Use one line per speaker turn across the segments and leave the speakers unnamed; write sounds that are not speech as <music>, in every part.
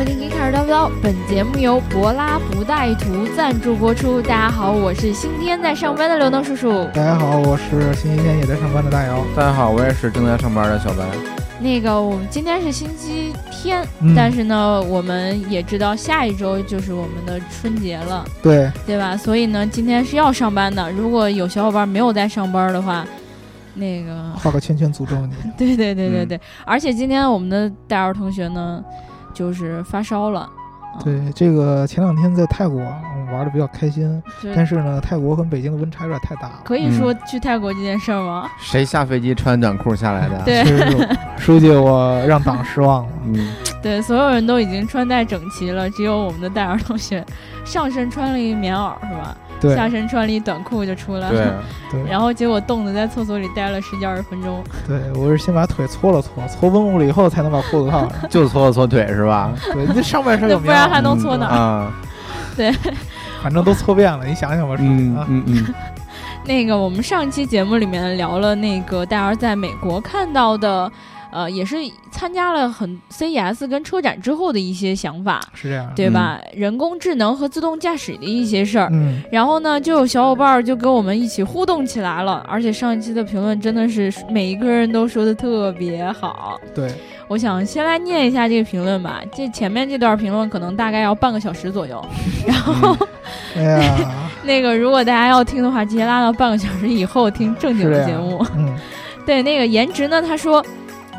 好，本节目由博拉不带图赞助播出。大家好，我是星期天在上班的刘能叔叔。
大家好，我是星期天也在上班的大姚。
大家好，我也是正在上班的小白。
那个，我们今天是星期天，
嗯
但是呢，我们也知道下一周就是我们的春节了，
对，
对吧？所以呢，今天是要上班的。如果有小伙伴没有在上班的话，那个， <laughs>
画个圈圈诅咒你。
对对对对
嗯
对，而且今天我们的戴尔同学呢，就是发烧了，
对，这个前两天在泰国嗯玩的比较开心，
就
但是呢，泰国跟北京的温差有点太大了。
可以说去泰国这件事儿吗？
谁下飞机穿短裤下来的？
对
其实 <laughs> 我，书记，我让党失望了。
嗯，
<laughs> 对，所有人都已经穿戴整齐了，只有我们的戴尔同学 <laughs> 上身穿了一棉袄是吧？
对
下身穿了一短裤就出来
对
了，，
对
<laughs> 然后结果冻得在厕所里待了十几二十分钟。
对，我是先把腿搓了搓，搓温故了以后才能把裤子套 <laughs> 上。
就搓了搓腿是吧？
对，这上半身
那
有
不
棉
然还
袄，
能搓哪儿？
啊？
反正都搓遍了。你想想吧，书记
嗯
啊，
嗯嗯，
那个我们上期节目里面聊了那个戴尔在美国看到的，呃，也是参加了很 CES 跟车展之后的一些想法，
是这样。
对吧？人工智能和自动驾驶的一些事儿。
嗯，
然后呢，就有小伙伴儿就跟我们一起互动起来了，而且上一期的评论真的是每一个人都说的特别好。
对，
我想先来念一下这个评论吧，这前面这段评论可能大概要半个小时左右。
哎呀，
那个如果大家要听的话，直接拉到半个小时以后听正经
是
的
这
节
样
目。。
嗯，
对，那个颜值呢，他说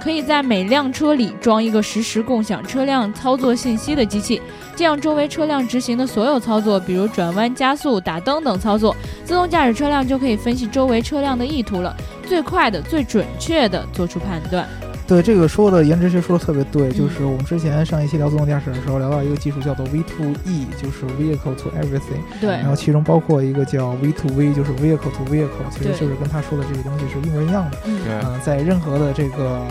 可以在每辆车里装一个实时共享车辆操作信息的机器，这样周围车辆执行的所有操作，比如转弯、加速、打灯等操作，自动驾驶车辆就可以分析周围车辆的意图了，最快的、最准确的做出判断。
对这个说的颜值学说的特别
嗯
对，就是我们之前上一期聊自动驾驶的时候，聊到一个技术叫做 V to E，就是 Vehicle to Everything，
对
然后其中包括一个叫 V to V，就是 Vehicle to Vehicle，其实
对
就是跟他说的这个东西是一模一样的。
嗯，
对，
呃，在任何的这个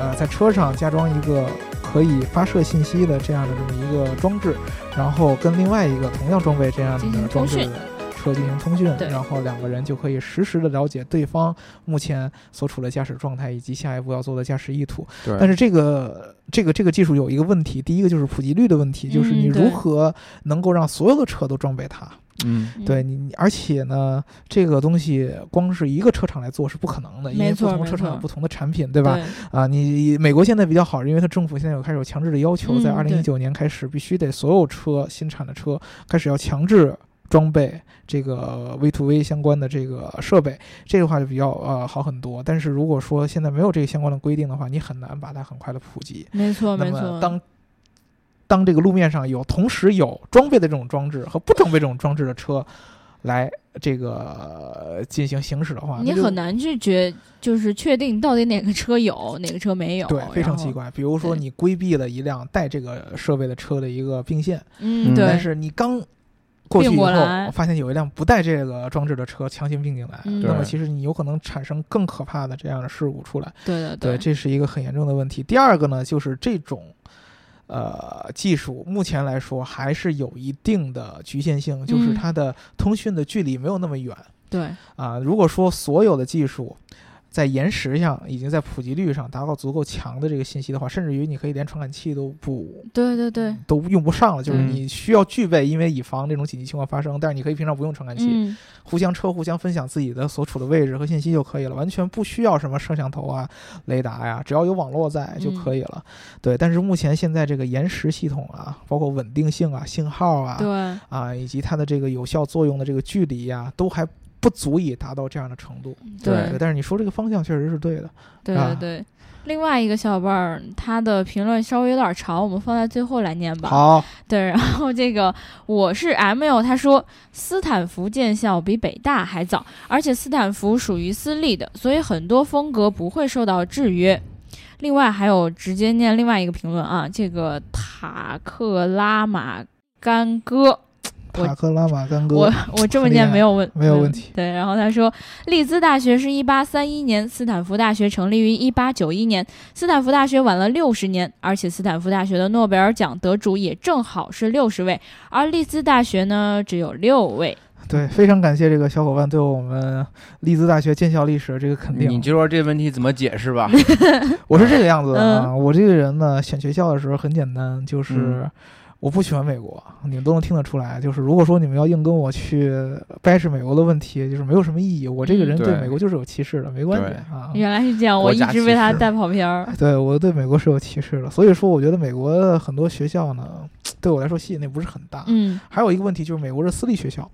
呃，在车上加装一个可以发射信息的这样的这么一个装置，然后跟另外一个同样装备这样
进行
的装
通
置
讯
的车进行通讯，
对
然后两个人就可以实时的了解对方目前所处的驾驶状态以及下一步要做的驾驶意图。
对
但是这个这个这个技术有一个问题，第一个就是普及率的问题，就是
嗯
你
对
如何能够让所有的车都装备它？
嗯，
嗯
对你，你而且呢，这个东西光是一个车厂来做是不可能的，因
没
为
错
不同
没
车厂有
错
不同的产品，
对
对吧？？啊，你美国现在比较好，因为它政府现在有开始有强制的要求，在
嗯
二零
对
一九年开始，必须得所有车新产的车开始要强制装备这个 V to V 相关的这个设备，这个话就比较呃好很多。但是如果说现在没有这个相关的规定的话，你很难把它很快的普及。
没错，
那
哦没
么
错。
当当这个路面上有同时有装备的这种装置和不装备这种装置的车来这个呃进行行驶的话，
你
那就
很难去决，就是确定到底哪个车有，哪个车没有。
对，非常
然后
奇。怪。比如说，
对
你规避了一辆带这个设备的车的一个并线，
嗯，
嗯
对。
但是你刚过去
并
以
过
后
来，
发现有一辆不带这个装置的车强行并进来，
嗯
那么
对
其实你有可能产生更可怕的这样的事故出来。
对对
对，这是一个很严重的问题。第二个呢，就是这种。呃，技术目前来说还是有一定的局限性，就是
嗯
它的通讯的距离没有那么远。
对，
啊，如果说所有的技术在延时上已经在普及率上达到足够强的这个信息的话，甚至于你可以连传感器都不
对对对，
都用不上了，就是
嗯
你需要具备，因为以防这种紧急情况发生，但是你可以平常不用传感器，
嗯，
互相车互相分享自己的所处的位置和信息就可以了，完全不需要什么摄像头啊、雷达呀、只要有网络
嗯
在就可以了。对，但是目前现在这个延时系统啊，包括稳定性啊、信号啊，
对。
啊，以及它的这个有效作用的这个距离呀、都还不足以达到这样的程度。
对
但是你说这个方向确实是对的。
对对
啊
对，另外一个小伙伴儿他的评论稍微有点长，我们放在最后来念吧。
好，
对，然后这个我是 M L，他说斯坦福建校比北大还早，而且斯坦福属于私立的，所以很多风格不会受到制约。另外还有直接念另外一个评论啊，这个塔克拉玛干戈，我
塔克拉玛干戈
我我这么
很厉
念
害
没有问嗯
没有问题。
对，然后他说，利兹大学是一八三一年，斯坦福大学成立于一八九一年，斯坦福大学晚了六十年，而且斯坦福大学的诺贝尔奖得主也正好是六十位，而利兹大学呢只有六位。
对，非常感谢这个小伙伴对我们利兹大学建校历史这个肯
你
定。啊
就说这问题怎么解释吧？
嗯
我是这个样子的啊，我这个人呢，选学校的时候很简单，就是。
嗯
我不喜欢美国，你们都能听得出来。就是如果说你们要硬跟我去掰扯美国的问题，就是没有什么意义。我这个人
嗯
对
对
美国就是有歧视的，没观点啊。哎
原来是这样，
国
我一
家
直
歧
被他
视
带跑偏儿。
对我对美国是有歧视的，所以说我觉得美国的很多学校呢，对我来说吸引力不是很大。
嗯
还有一个问题就是美国是私立学校，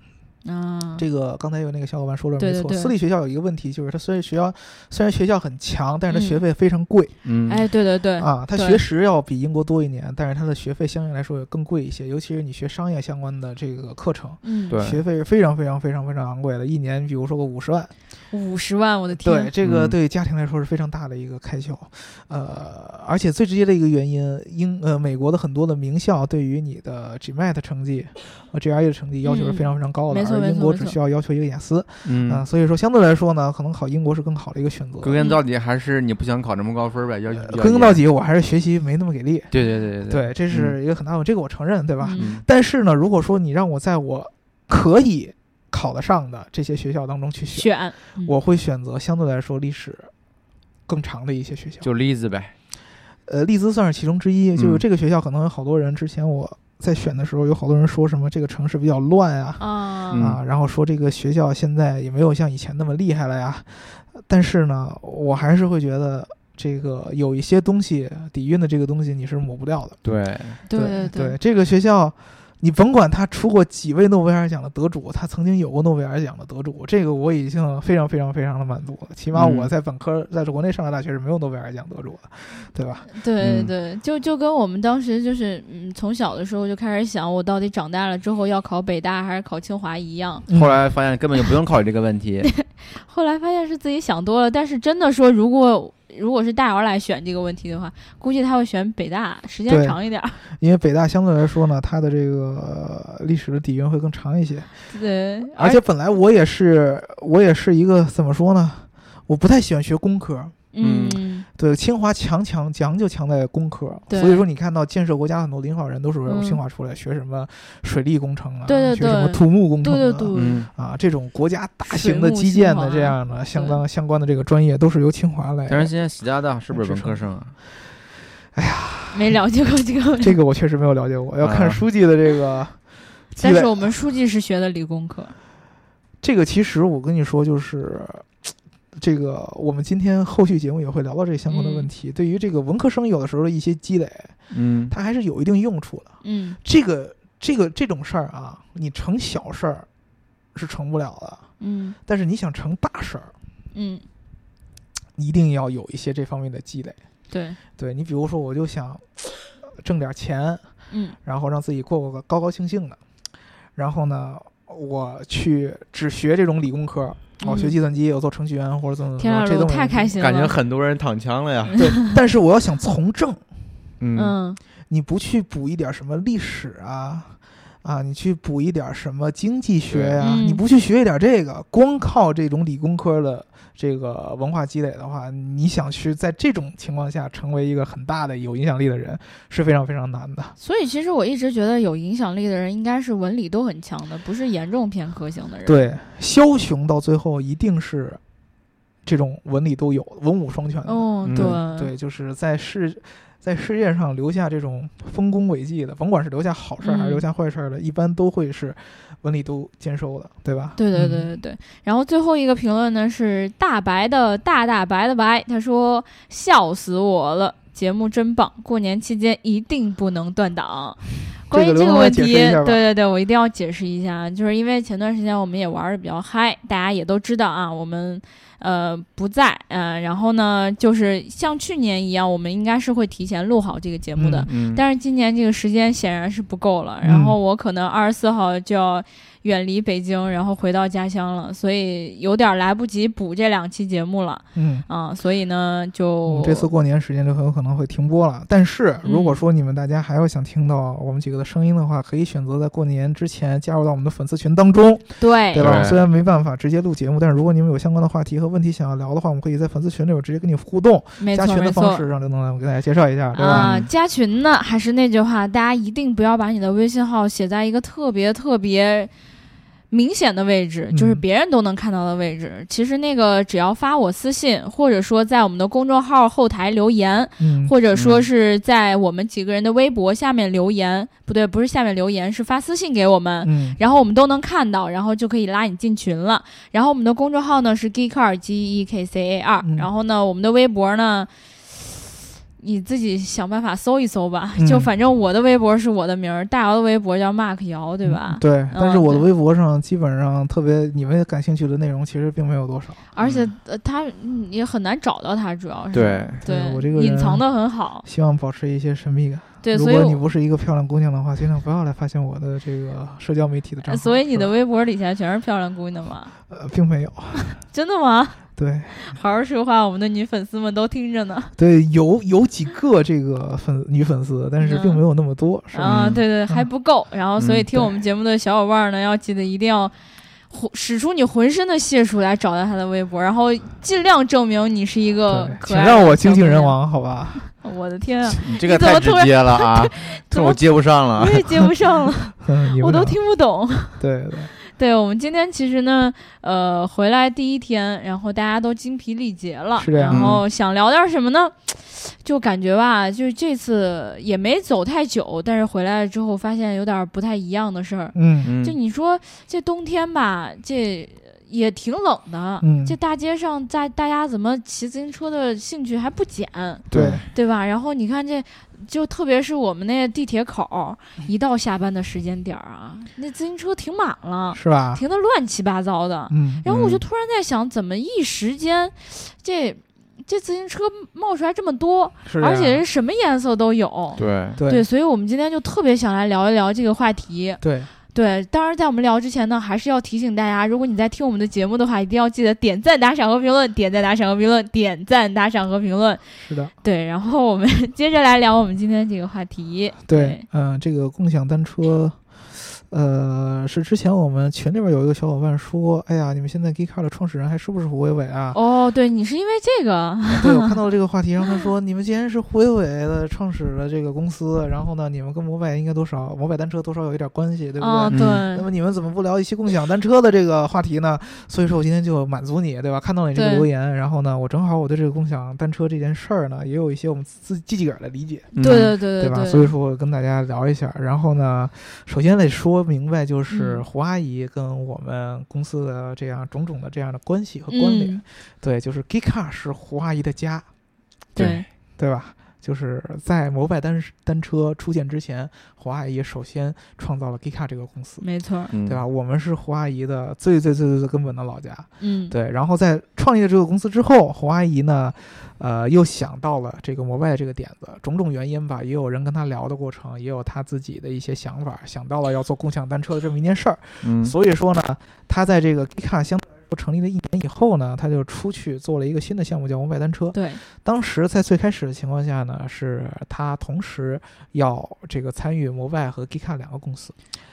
啊，
这个刚才有那个小伙伴说的
对
没
对
错，
对
私立学校有一个问题就是它虽然学校虽然学校很强，但是它
嗯
学费非常贵。
嗯，
<laughs> 哎，对对对，
啊，它
对
学时要比英国多一年，但是它的学费相应来说也更贵一些，尤其是你学商业相关的这个课程，
嗯，
对
学费是非常非常非常非常昂贵的，一年比如说个五十万，
五十万，我的天，
对这个
嗯
对家庭来说是非常大的一个开销，呃，而且最直接的一个原因，英呃美国的很多的名校对于你的 GMAT 成绩和 GRE 的成绩要求是非常非常
嗯
高的，
没错
而
没
英
错
国
没
只
错
需要要求一个雅思，
嗯
啊，所以说相对来说呢，可能考英国是更好的一个选择。
归根到底还是你不想考这么高分儿呗，要
呃
要
归根到
严
底，我还是学习没那么给力，
对对对嗯对，
对，这是一个很大的，这个我承认，对吧？
嗯
嗯
但是呢，如果说你让我在我可以考得上的这些学校当中去选，
选嗯
我会选择相对来说历史更长的一些学校。
就例子呗，
呃，利兹算是其中之一，就是
嗯
这个学校可能有好多人之前我在选的时候，有好多人说什么这个城市比较乱啊。
啊，
嗯
啊，然后说这个学校现在也没有像以前那么厉害了呀，但是呢，我还是会觉得这个有一些东西底蕴的这个东西你是抹不掉的。
对，
对
对
对，
这个学校，你甭管他出过几位诺贝尔奖的得主，他曾经有过诺贝尔奖的得主，这个我已经非常非常非常的满足了。起码
嗯
我在本科、在国内上的大学是没有诺贝尔奖得主的，对吧？
对对
嗯
对，就就跟我们当时就是，嗯，从小的时候就开始想，我到底长大了之后要考北大还是考清华一样。
嗯后来发现根本就不用考虑这个问题，
后来发现是自己想多了，但是真的说，如果如果是大姚来选这个问题的话，估计他会选北大，时间
对
长一点儿。 <laughs>
嗯因为北大相对来说呢，它的这个呃历史的底蕴会更长一些，
对，
而且本来我也是我也是一个怎么说呢，我不太喜欢学工科。
嗯，
对，清华强强强就强在工科，
对
所以说你看到建设国家很多领导人都是
嗯
从清华出来，学什么水利工程啊，
对对
学什么
对
土木工程
对
啊，
对 <laughs> 对，
嗯，
啊，这种国家大
水
型的
木
基
清
建的
华
这样的相当相关的这个专业都是由清华来
但是
的。
现在习大大是不是文科生啊？
没了解过这个问题。
这个我确实没有了解过，要看
啊
书记的这个积
但
累。
是我们书记是学的理工科，
这个其实我跟你说，就是这个我们今天后续节目也会聊到这相关的问
嗯
题。对于这个文科生，有的时候的一些积累，
嗯，
它还是有一定用处的。
嗯，
这个这个这种事儿啊，你成小事儿是成不了的，
嗯
但是你想成大事儿，
嗯，
你一定要有一些这方面的积累。
对，
对你，比如说，我就想呃挣点钱，
嗯
然后让自己过过个高高兴兴的，然后呢，我去只学这种理工科，我哦学
嗯
计算机，我做程序员或者怎么怎
天
么
啊，
着，这都
我
没
太
问题
开。心了，
感觉很多人躺枪了呀，
对，但是我要想从政，
嗯，
嗯
你不去补一点什么历史啊，啊，你去补一点什么经济学呀、
对嗯
你不去学一点这个，光靠这种理工科的这个文化积累的话，你想去在这种情况下成为一个很大的有影响力的人是非常非常难的。
所以其实我一直觉得有影响力的人应该是文理都很强的，不是严重偏科型的人。，
对，枭雄到最后一定是这种文理都有，文武双全的。
哦，
嗯
对
对，就是在世。在世界上留下这种丰功伟绩的，甭管是留下好事儿还是留
嗯
下坏事儿的，一般都会是文理都兼收的，对吧？
对对
嗯
对对对。然后最后一个评论呢是大白的大大白的白，他说笑死我了，节目真棒，过年期间一定不能断档。关于
这个
这个
刘能来
问
解
题，
释一下
对
吧
对对，我一定要解释一下，就是因为前段时间我们也玩的比较嗨，大家也都知道啊，我们呃不在，呃，然后呢，就是像去年一样，我们应该是会提前录好这个节目的，
嗯
嗯，
但是今年这个时间显然是不够了，
嗯
然后我可能二十四号就要远离北京，然后回到家乡了，所以有点来不及补这两期节目了
嗯，
啊，所以呢
我
就
嗯们这次过年时间就很有可能会停播了。但是
嗯
如果说你们大家还要想听到我们几个的声音的话，可以选择在过年之前加入到我们的粉丝群当中，
对
对吧？我
对
们虽然没办法直接录节目，但是如果你们有相关的话题和问题想要聊的话，我们可以在粉丝群里边直接跟你互动。
没
加
错
群
没
的方
错
式让刘能来我给大家介绍一下，对吧？
啊，
嗯
加群呢还是那句话，大家一定不要把你的微信号写在一个特别特别。明显的位置，就是
嗯
别人都能看到的位置。其实那个只要发我私信，或者说在我们的公众号后台留言，
嗯，
或者说
嗯
是在我们几个人的微博下面留言，不对，不是下面留言，是发私信给我们。
嗯
然后我们都能看到，然后就可以拉你进群了。然后我们的公众号呢是 geekar g e k c a r，、
嗯
然后呢我们的微博呢，你自己想办法搜一搜吧。
嗯
就反正我的微博是我的名儿，大姚的微博叫 Mark 姚，对吧？嗯
嗯对，但是我的
对
微博上基本上特别你们感兴趣的内容其实并没有多少。
而且、呃、他嗯也很难找到他，主要是
对，
对
对我这个人
隐藏的很好。
希望保持一些神秘感。
对，
如
所以
果你
我。
不是一个漂亮姑娘的话，尽量不要来发现我的这个社交媒体 <laughs> 的账号。
呃所以你的
是吧
微博底下全是漂亮姑娘吗？
呃并没有，
真的吗？ <laughs>
对
好好说话，我们的女粉丝们都听着呢。
对，有有几个这个粉女粉丝，但是并没有那么多，是吧？
啊，
嗯
对对，还不够。然后，所以
嗯
听我们节目的小伙伴呢，要记得一定要浑使出你浑身的解数来找到他的微博，然后尽量证明你是一个
对，
哦可
请
爱。
让我精尽人。亡，好吧？
我的天啊，
你这个
你怎么
太直
突然
接了啊，
怎
这
么
<laughs>
我接不上了
我。也接不上了，
嗯， <laughs> 你们
<laughs> 我都
俩
听不懂。
对对，
对我们今天其实呢，呃，回来第一天，然后大家都精疲力竭了，
是这嗯样
然后想聊点什么呢？就感觉吧，就这次也没走太久，但是回来之后发现有点不太一样的事儿。
嗯
<laughs> 嗯
就你说这冬天吧，这也挺冷的，
嗯
这大街上在大家怎么骑自行车的兴趣还不减，
对，
对吧？然后你看这。就特别是我们那地铁口儿，
嗯
一到下班的时间点儿啊，那自行车停满了，
是吧？
停的乱七八糟的。
啊嗯
然后我就
嗯
突然在想，怎么一时间，这这自行车冒出来这么多，
是这样，
而且是什么颜色都有。
对，
对
所以我们今天就特别想来聊一聊这个话题。
对，
对，当然在我们聊之前呢，还是要提醒大家，如果你在听我们的节目的话，一定要记得点赞、打赏和评论，点赞、打赏和评论，点赞、打赏和评论。
是的，
对，然后我们 <laughs> 接着来聊我们今天这个话题。
对，嗯，这个共享单车，呃，是之前我们群里边有一个小伙伴说，哎呀，你们现在 Geekcar 的创始人还是不是胡伟伟啊？
哦，对你是因为这个，
对，我看到了这个话题，然后他说，你们既然是胡伟伟的创始了这个公司，然后呢，你们跟摩拜应该多少，摩拜单车多少有一点关系，对不对？
啊、
嗯
那么你们怎么不聊一期共享单车的这个话题呢？所以说我今天就满足你，对吧？看到你这个
对
留言，然后呢，我正好我对这个共享单车这件事儿呢，也有一些我们自自己个儿的理解，
嗯
对，对对对
嗯吧？所以说我跟大家聊一下。然后呢，首先得说明白，就是
嗯
胡阿姨跟我们公司的这样种种的这样的关系和关联。
嗯
对，就是 g e k a r 是胡阿姨的家，
对，
对吧？就是在摩拜单单车出现之前，胡阿姨首先创造了 g e k a r 这个公司。
没错儿，
嗯
对吧？？我们是胡阿姨的最最最最最根本的老家。
嗯，
对，然后在创立了这个公司之后，胡阿姨呢，呃，又想到了这个摩拜这个点子，种种原因吧，也有人跟她聊的过程，也有她自己的一些想法，想到了要做共享单车的这么一件事儿。
嗯，
所以说呢，她在这个 Gika 相对来说成立了一年以后呢，她就出去做了一个新的项目，叫摩拜单车。
对，
当时在最开始的情况下呢，是她同时要这个参与摩拜和 Gika 两个公司。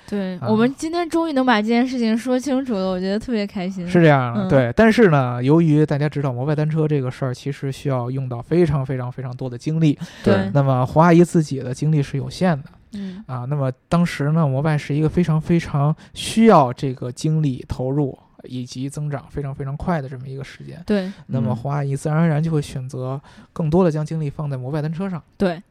对、
啊
我们今天终于能把这件事情说清楚了，我觉得特别开心。
是这样的，
嗯
对。但是呢，由于大家知道摩拜单车这个事儿，其实需要用到非常非常非常多的精力。
对，
那么胡阿姨自己的精力是有限的
嗯，
啊。那么当时呢，摩拜是一个非常非常需要这个精力投入以及增长非常非常快的这么一个时间。
对
那么
嗯
胡阿姨自然而然就会选择更多的将精力放在摩拜单车上。
对，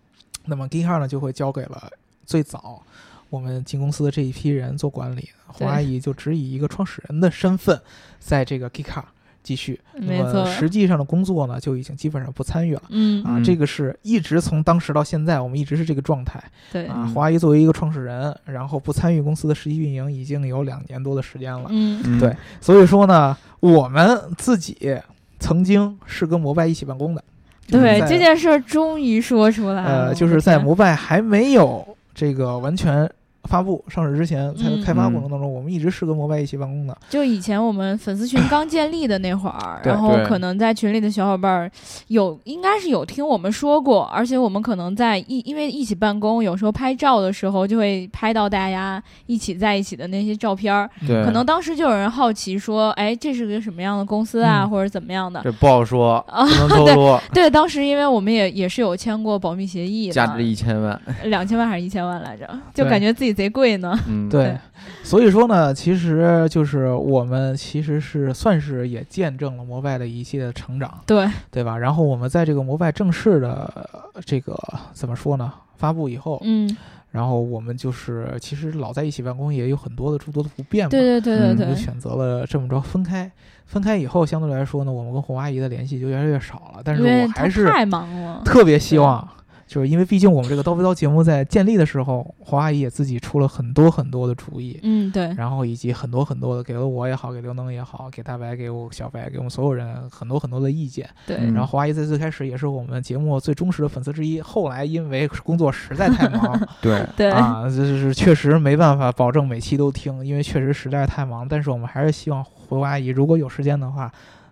那么 g e e r 呢，就会交给了最早我们进公司的这一批人做管理。胡
对
阿姨就只以一个创始人的身份，在这个 g e e r 继续。
没
那
错
么，实际上的工作呢，就已经基本上不参与了。
嗯，
啊，
嗯
这个是一直从当时到现在，我们一直是这个状态
对，
啊。
嗯
胡阿姨作为一个创始人，然后不参与公司的实际运营，已经有两年多的时间了。
嗯，
嗯
对，所以说呢，我们自己曾经是跟摩拜一起办公的。就是
对，
在
这件事儿终于说出来了。
呃，就是在
我
摩拜还没有这个完全发布上市之前，在
嗯
开发
嗯
过程当中，我们一直是跟摩拜一起办公的。
的天就以前我们粉丝群刚建立的那会儿，
对
然后
对
可能在群里的小伙伴儿有应该是有听我们说过，而且我们可能在一因为一起办公，有时候拍照的时候就会拍到大家一起在一起的那些照片儿。
对
可能当时就有人好奇说，哎，这是个什么样的公司啊，
嗯
或者怎么样的？
这不好说，
啊
不能透露，
对，当时因为我们也也是有签过保密协议的，
价值一千万，
两千万还是一千万来着，就
对
感觉自己贼贵呢。
嗯，
对
对，
所以说呢，其实就是我们其实是算是也见证了摩拜的一系列的成长，
对，
对吧？然后我们在这个摩拜正式的呃这个怎么说呢？发布以后，
嗯，
然后我们就是其实老在一起办公也有很多的诸多的不便嘛，
对对对对
嗯
我们就
对，
选择了这么着分开。分开以后，相对来说呢，我们跟红阿姨的联系就越来越少了。嗯但是
因为
我
他
还是
太忙了。
特别希望，就是因为毕竟我们这个刀不刀节目在建立的时候，黄阿姨也自己出了很多很多的主意，
嗯，对，
然后以及很多很多的给了我也好，给刘能也好，给大白、给我小白、给我们所有人很多很多的意见。
对，
嗯
然后黄阿姨在最开始也是我们节目最忠实的粉丝之一，后来因为工作实在太忙
对，
<laughs> 对，
啊，就是确实没办法保证每期都听，因为确实实在是太忙。但是我们还是希望胡阿姨如果有时间的话，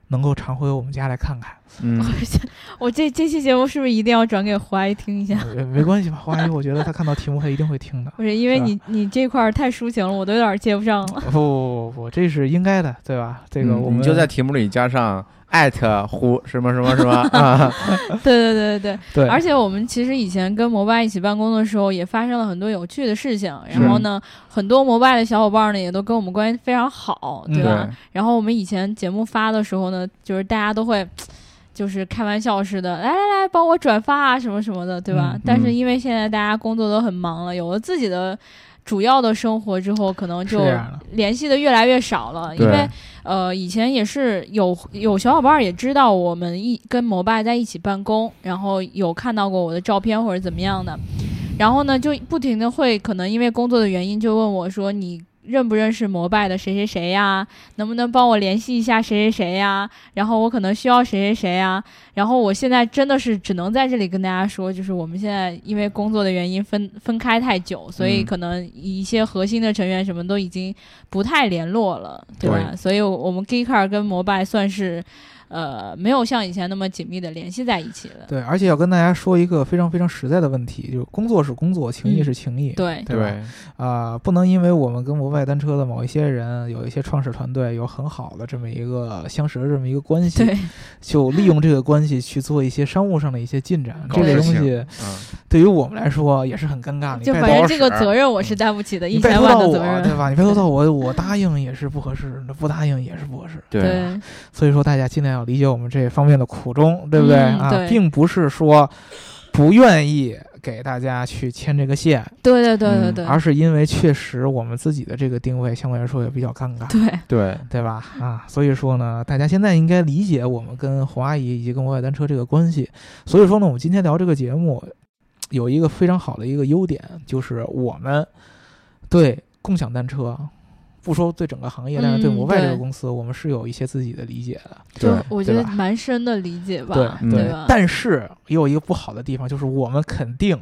能够常回我们家来看
<laughs>
看。
嗯，
我这这期节目是不是一定要转给胡阿姨听一下？ <laughs>
呃没关系吧，胡阿姨，我觉得她看到题目她一定会听的。
不是，因为
是吧啊
你你这块儿太抒情了，我都有点接不上了。
<laughs> 不不不不，这是应该的，对吧？这个
嗯
我们、
你就在题目里加上艾特胡什么什么什么啊，
对对对对
对，
对，而且我们其实以前跟摩拜一起办公的时候，也发生了很多有趣的事情。然后呢，很多摩拜的小伙伴呢，也都跟我们关系非常好，
嗯
对吧？
对
然后我们以前节目发的时候呢，就是大家都会。就是开玩笑似的，来来来，帮我转发啊，什么什么的，对吧？
嗯
但是
嗯
因为现在大家工作都很忙了，有了自己的主要的生活之后，可能
是
就
这样的，
联系的越来越少了，因
对
为呃，以前也是有有小伙伴儿也知道我们一跟摩拜在一起办公，然后有看到过我的照片或者怎么样的，然后呢就不停的会可能因为工作的原因就问我说你。认不认识摩拜的谁谁谁呀？能不能帮我联系一下谁谁谁呀？然后我可能需要谁谁谁呀？然后我现在真的是只能在这里跟大家说，就是我们现在因为工作的原因分分开太久，所以
嗯
可能一些核心的成员什么都已经不太联络了，对吧？所以我们 Geekar 跟摩拜算是，呃，没有像以前那么紧密的联系在一起了。
对，而且要跟大家说一个非常非常实在的问题，就是工作是工作，情谊
嗯
是情谊，
对，
对吧？啊、不能因为我们跟摩拜单车的某一些人有一些创始团队有很好的这么一个相识的这么一个关系，
对，
就利用这个关系去做一些商务上的一些进展，
搞
这个
事
东
情
西
嗯，
对于我们来说也是很尴尬的。你
就
拜
反正
托
包
这个
使
责任我是担不起的，一
你拜
千
托
万
到
的
我啊
责，任
对。吧？你拜托到我，我答应也是不合适，那不答应也是不合适。
对，
所以说大家尽量要理解我们这方面的苦衷，对不对、
嗯
啊？
对
并不是说不愿意给大家去牵这个线，
对对对对对
而是因为确实我们自己的这个定位相对来说也比较尴尬。
对
对，
对吧？啊，所以说呢，大家现在应该理解我们跟红阿姨以及跟摩拜单车这个关系。所以说呢，我们今天聊这个节目，有一个非常好的一个优点，就是我们对共享单车，不说对整个行业，但是对
嗯
摩拜这个
对
公司，我们是有一些自己的理解的。
就
对
我觉得
对吧
蛮深的理解吧，
对
对
嗯
吧？
但是也有一个不好的地方，就是我们肯定。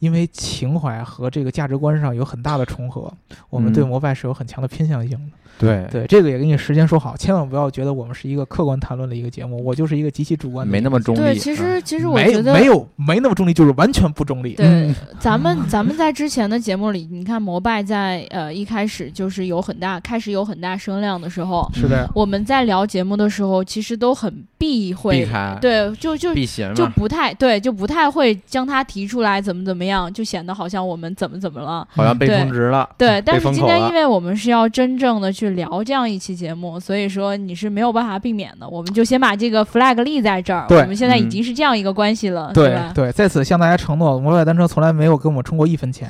因为情怀和这个价值观上有很大的重合，我们对
嗯
摩拜是有很强的偏向性的。
对，
对，这个也给你时间说好，千万不要觉得我们是一个客观谈论的一个节目，我就是一个极其主观的
没
一个
那么中立。
对，其
嗯
实其实我
没
觉得
没有没那么中立，就是完全不中立。
对
嗯，
咱们咱们在之前的节目里，你看摩拜在呃一开始就是有很大开始有很大声量的时候，
是的，
我们在聊节目的时候，其实都很避讳，
避开
对，就就
避嫌
就
嘛，
不太对，就不太会将它提出来，怎么怎么样，就显得好像我们怎么怎么了。
好像被
对
充值
<laughs>
了。
对，但是
啊封
今
口
天
了
因为我们是要真正的去聊这样一期节目，所以说你是没有办法避免的。我们就先把这个 flag 立在这儿，
对
我们现在已
嗯
经是这样一个关系了，
对
吧？
对，在此向大家承诺，摩拜单车从来没有给我们充过一
<laughs>
分钱。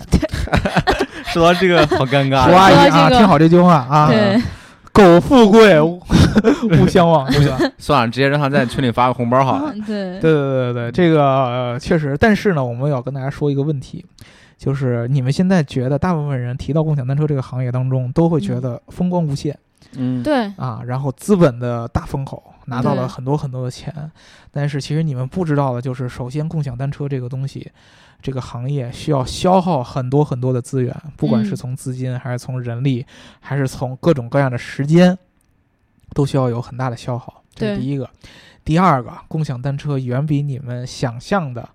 说到这个好尴
胡
尬
阿
呀，
说
姨
到
啊，
这个
听好这句话啊，
对，
苟富贵， <laughs> 勿勿相忘，对吧？
算了，直接让他在群里发个红包好了。
嗯 <laughs> 对，
对对对对，这个、呃、确实，但是呢，我们要跟大家说一个问题，就是你们现在觉得大部分人提到共享单车这个行业当中，都会觉
嗯
得风光无限。
嗯，
对，
啊，然后资本的大风口拿到
对
了很多很多的钱，但是其实你们不知道的就是，首先共享单车这个东西，这个行业需要消耗很多很多的资源，不管
嗯
是从资金，还是从人力，还是从各种各样的时间，都需要有很大的消耗。这是
对
第一个，第二个，共享单车远比你们想象的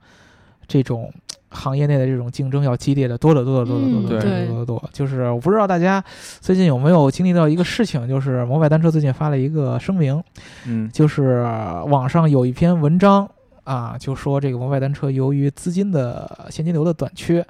这种。行业内的这种竞争要激烈的多得多得多得多
嗯
得多得
对
多得多，就是我不知道大家最近有没有经历到一个事情，就是摩拜单车最近发了一个声明，
嗯，
就是呃网上有一篇文章啊，就说这个摩拜单车由于资金的现金流的短缺，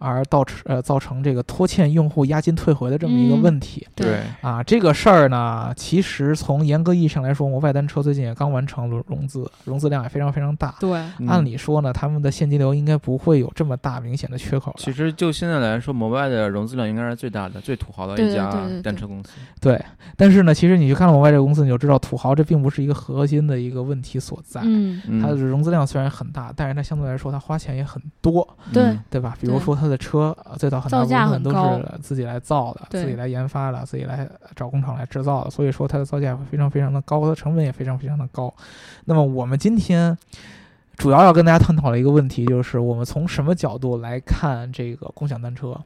而造成呃造成这个拖欠用户押金退回的这么一个
嗯
问题。
对，
啊，这个事儿呢，其实从严格意义上来说，摩拜单车最近也刚完成融融资，融资量也非常非常大。
对，
嗯
按理说呢，他们的现金流应该不会有这么大明显的缺口
其
了。
实就现在来说，摩拜的融资量应该是最大的、最土豪的
对
一
对
家
对对对
单车公司。
对，但是呢，其实你去看了摩拜这个公司，你就知道土豪这并不是一个核心的一个问题所在。
嗯，
嗯
它的融资量虽然很大，但是它相对来说它花钱也很多，
嗯
对，
对吧？比如
对
说它的车，呃最早很大
造
部
价
分
很
都
高
是自己来造的，
对
自己来研发的，自己来找工厂来制造的，所以说它的造价会非常非常的高，它的成本也非常非常的高。那么我们今天主要要跟大家探讨的一个问题，就是我们从什么角度来看这个共享单车，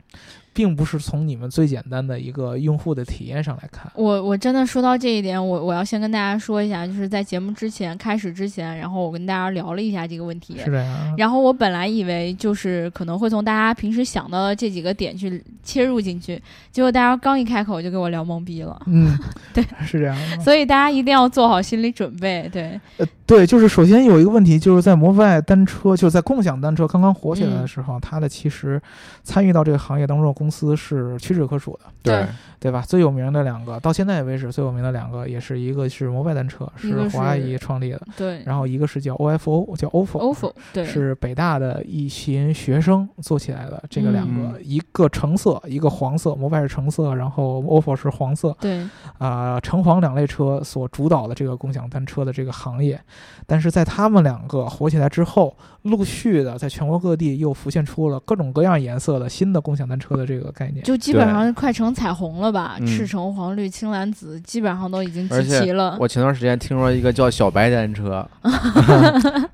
并不是从你们最简单的一个用户的体验上来看。
我我真的说到这一点，我我要先跟大家说一下，就是在节目之前开始之前，然后我跟大家聊了一下这个问题。
是这样啊，
然后我本来以为就是可能会从大家平时想到的这几个点去切入进去，结果大家刚一开口就给我聊懵逼了，
嗯，
<laughs> 对，
是这样啊。
<laughs>
嗯
所以大家一定要做好心理准备。对，
呃，对，就是首先有一个问题，就是在摩拜单车，就是在共享单车刚刚火起来的
嗯
时候，它的其实参与到这个行业当中的公司是屈指可数的，
对
对吧？最有名的两个，到现在为止最有名的两个，也是一个是摩拜单车，
一
是
个
黄阿
是
姨创立的，
对
然后一个是叫 OFO，叫 OFO。
，ofo 对，
是北大的一群学生做起来的，这个两个，
嗯
一个橙色，一个黄色，摩拜是橙色，然后 OFO 是黄色，
对，
啊、橙黄两类车所主导的这个共享单车的这个行业，但是在他们两个火起来之后，陆续的在全国各地又浮现出了各种各样颜色的新的共享单车的这个概念。
就基本上快成彩虹了吧，
嗯
赤橙黄绿青蓝紫，基本上都已经
而
集
且
齐了。
我前段时间听说一个叫小白单车，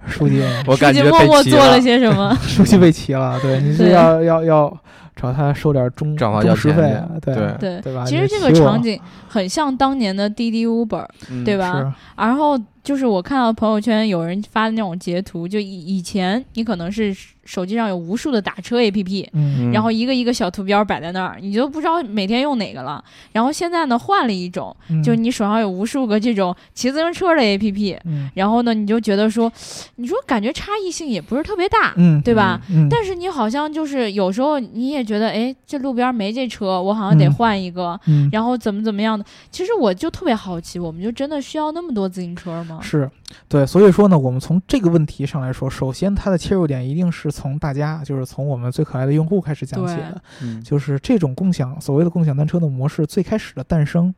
书记，
<laughs>
<laughs>
我
书
感
记
觉
嗯默默
被骑
做了些什么？
书记被骑了，对，你是
对
要要要找他收点中
找他
中
要
时
钱
费
去
啊，对
对
<laughs>
对
对吧
其
你
实这
骑
个
我
场景很像当年的滴滴 Uber，
嗯
对？吧？
是
然后就是我看到朋友圈有人发的那种截图，就以以前你可能是手机上有无数的打车 APP。
嗯
嗯
然后一个一个小图标摆在那儿，你就不知道每天用哪个了。然后现在呢，换了一种，
嗯
就你手上有无数个这种骑自行车的 APP，
嗯
然后呢，你就觉得说，你说感觉差异性也不是特别大，
嗯
对吧？
嗯，
但是你好像就是有时候你也觉得，哎，这路边没这车，我好像得
嗯
换一个，
嗯
然后怎么怎么样的。其实我就特别好奇，我们就真的需要那么多自行车吗？
是对，所以说呢，我们从这个问题上来说，首先它的切入点一定是从大家，就是从我们最可爱的用户开始讲起
对
的。
嗯
就是这种共享所谓的共享单车的模式最开始的诞生，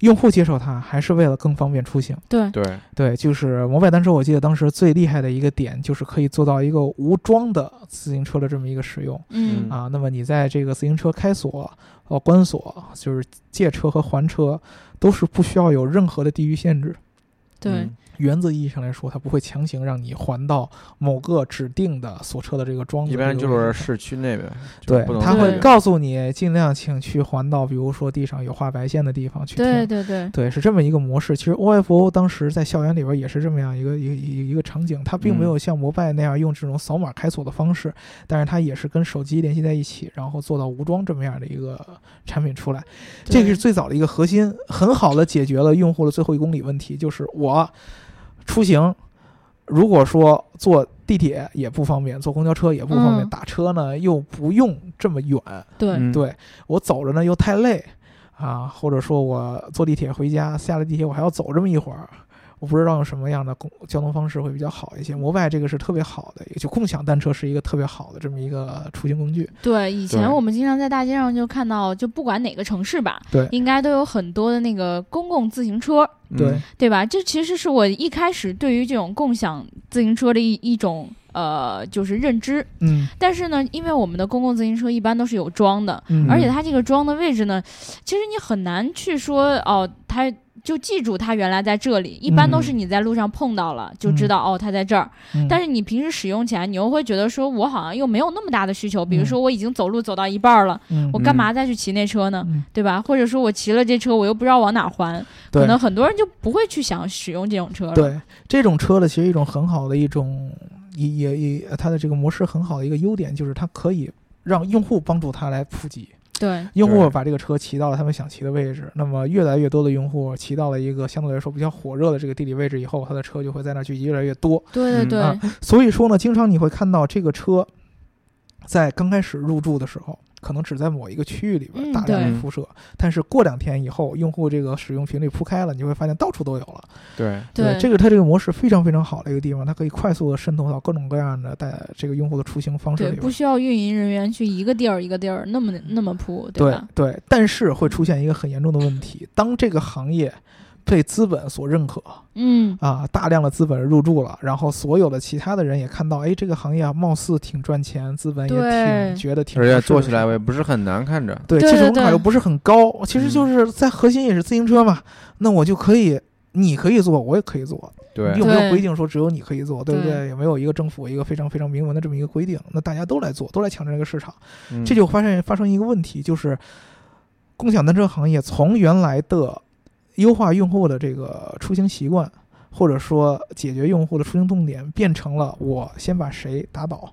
用户接受它还是为了更方便出行。
对，
对，
对，就是摩拜单车，我记得当时最厉害的一个点就是可以做到一个无桩的自行车的这么一个使用
嗯
嗯
啊。那么你在这个自行车开锁、呃关锁，就是借车和还车，都是不需要有任何的地域限制。
对
嗯，
原则意义上来说，它不会强行让你还到某个指定的锁车的这个桩子
一
这个位
般
置
就
上。
是市区那边，就
对
不，能
他
太
会
远
告诉你尽量请去环到，比如说地上有画白线的地方去
对
停。
对对，
对，是这么一个模式。其实 OFO 当时在校园里边也是这么样一个一个一个一个场景，它
嗯
并没有像摩拜那样用这种扫码开锁的方式，但是它也是跟手机联系在一起，然后做到无桩这么样的一个产品出来。这个是最早的一个核心，很好的解决了用户的最后一公里问题，就是我出行，如果说坐地铁也不方便，坐公交车也不方便，
嗯
打车呢又不用这么远，
对
嗯
对我走着呢又太累啊，或者说我坐地铁回家，下了地铁我还要走这么一会儿。我不知道用什么样的公交通方式会比较好一些。摩拜这个是特别好的，也就共享单车是一个特别好的这么一个出行工具。
对，以前
对
我们经常在大街上就看到，就不管哪个城市吧，
对
应该都有很多的那个公共自行车，
对，
嗯
对吧？这其实是我一开始对于这种共享自行车的一一种呃，就是认知。
嗯
但是呢，因为我们的公共自行车一般都是有桩的，
嗯，
而且它这个桩的位置呢，其实你很难去说哦，它就记住它原来在这里，一般都是你在路上碰到了、就知道哦，它在这儿。
嗯
但是你平时使用起来，你又会觉得说，我好像又没有那么大的需求，比
嗯
如说我已经走路走到一半儿了，
嗯
我干嘛再去骑那车呢？
嗯
对吧？或者说我骑了这车，我又不知道往哪儿还，
对
可能很多人就不会去想使用这种车了。
对，这种车的其实一种很好的一种，也也也，它的这个模式很好的一个优点就是它可以让用户帮助它来普及。
对
用户
对
把这个车骑到了他们想骑的位置，那么越来越多的用户骑到了一个相对来说比较火热的这个地理位置以后，他的车就会在那儿聚集越来越多。
对对对
嗯所以说呢，经常你会看到这个车。在刚开始入驻的时候，可能只在某一个区域里边
嗯
大量
对
的辐射，但是过两天以后，用户这个使用频率铺开了，你会发现到处都有了。
对，
对，
这个它这个模式非常非常好的一个地方，它可以快速的渗透到各种各样的带这个用户的出行方式
对
里边
不。需要运营人员去一个地儿一个地儿那么那么铺，
对
吧？
对，但是会出现一个很严重的问题，当这个行业被资本所认可
嗯，
啊，大量的资本入驻了，然后所有的其他的人也看到，哎，这个行业啊，貌似挺赚钱，资本也
对
挺觉得挺
而
合适
且
的
做起来
时候
也不是很难看着，
对，
对
技术门
对
槛
对
又不是很高，其实
嗯
就是在核心也是自行车嘛，那我就可以。你可以做，我也可以做，
对
又没有
对
规定说只有你可以做，对不
对
对？也没有一个政府一个非常非常明文的这么一个规定，那大家都来做，都来抢占这个市场，
嗯
这就发现发生一个问题，就是共享单车行业从原来的优化用户的这个出行习惯，或者说解决用户的出行痛点，变成了我先把谁打倒，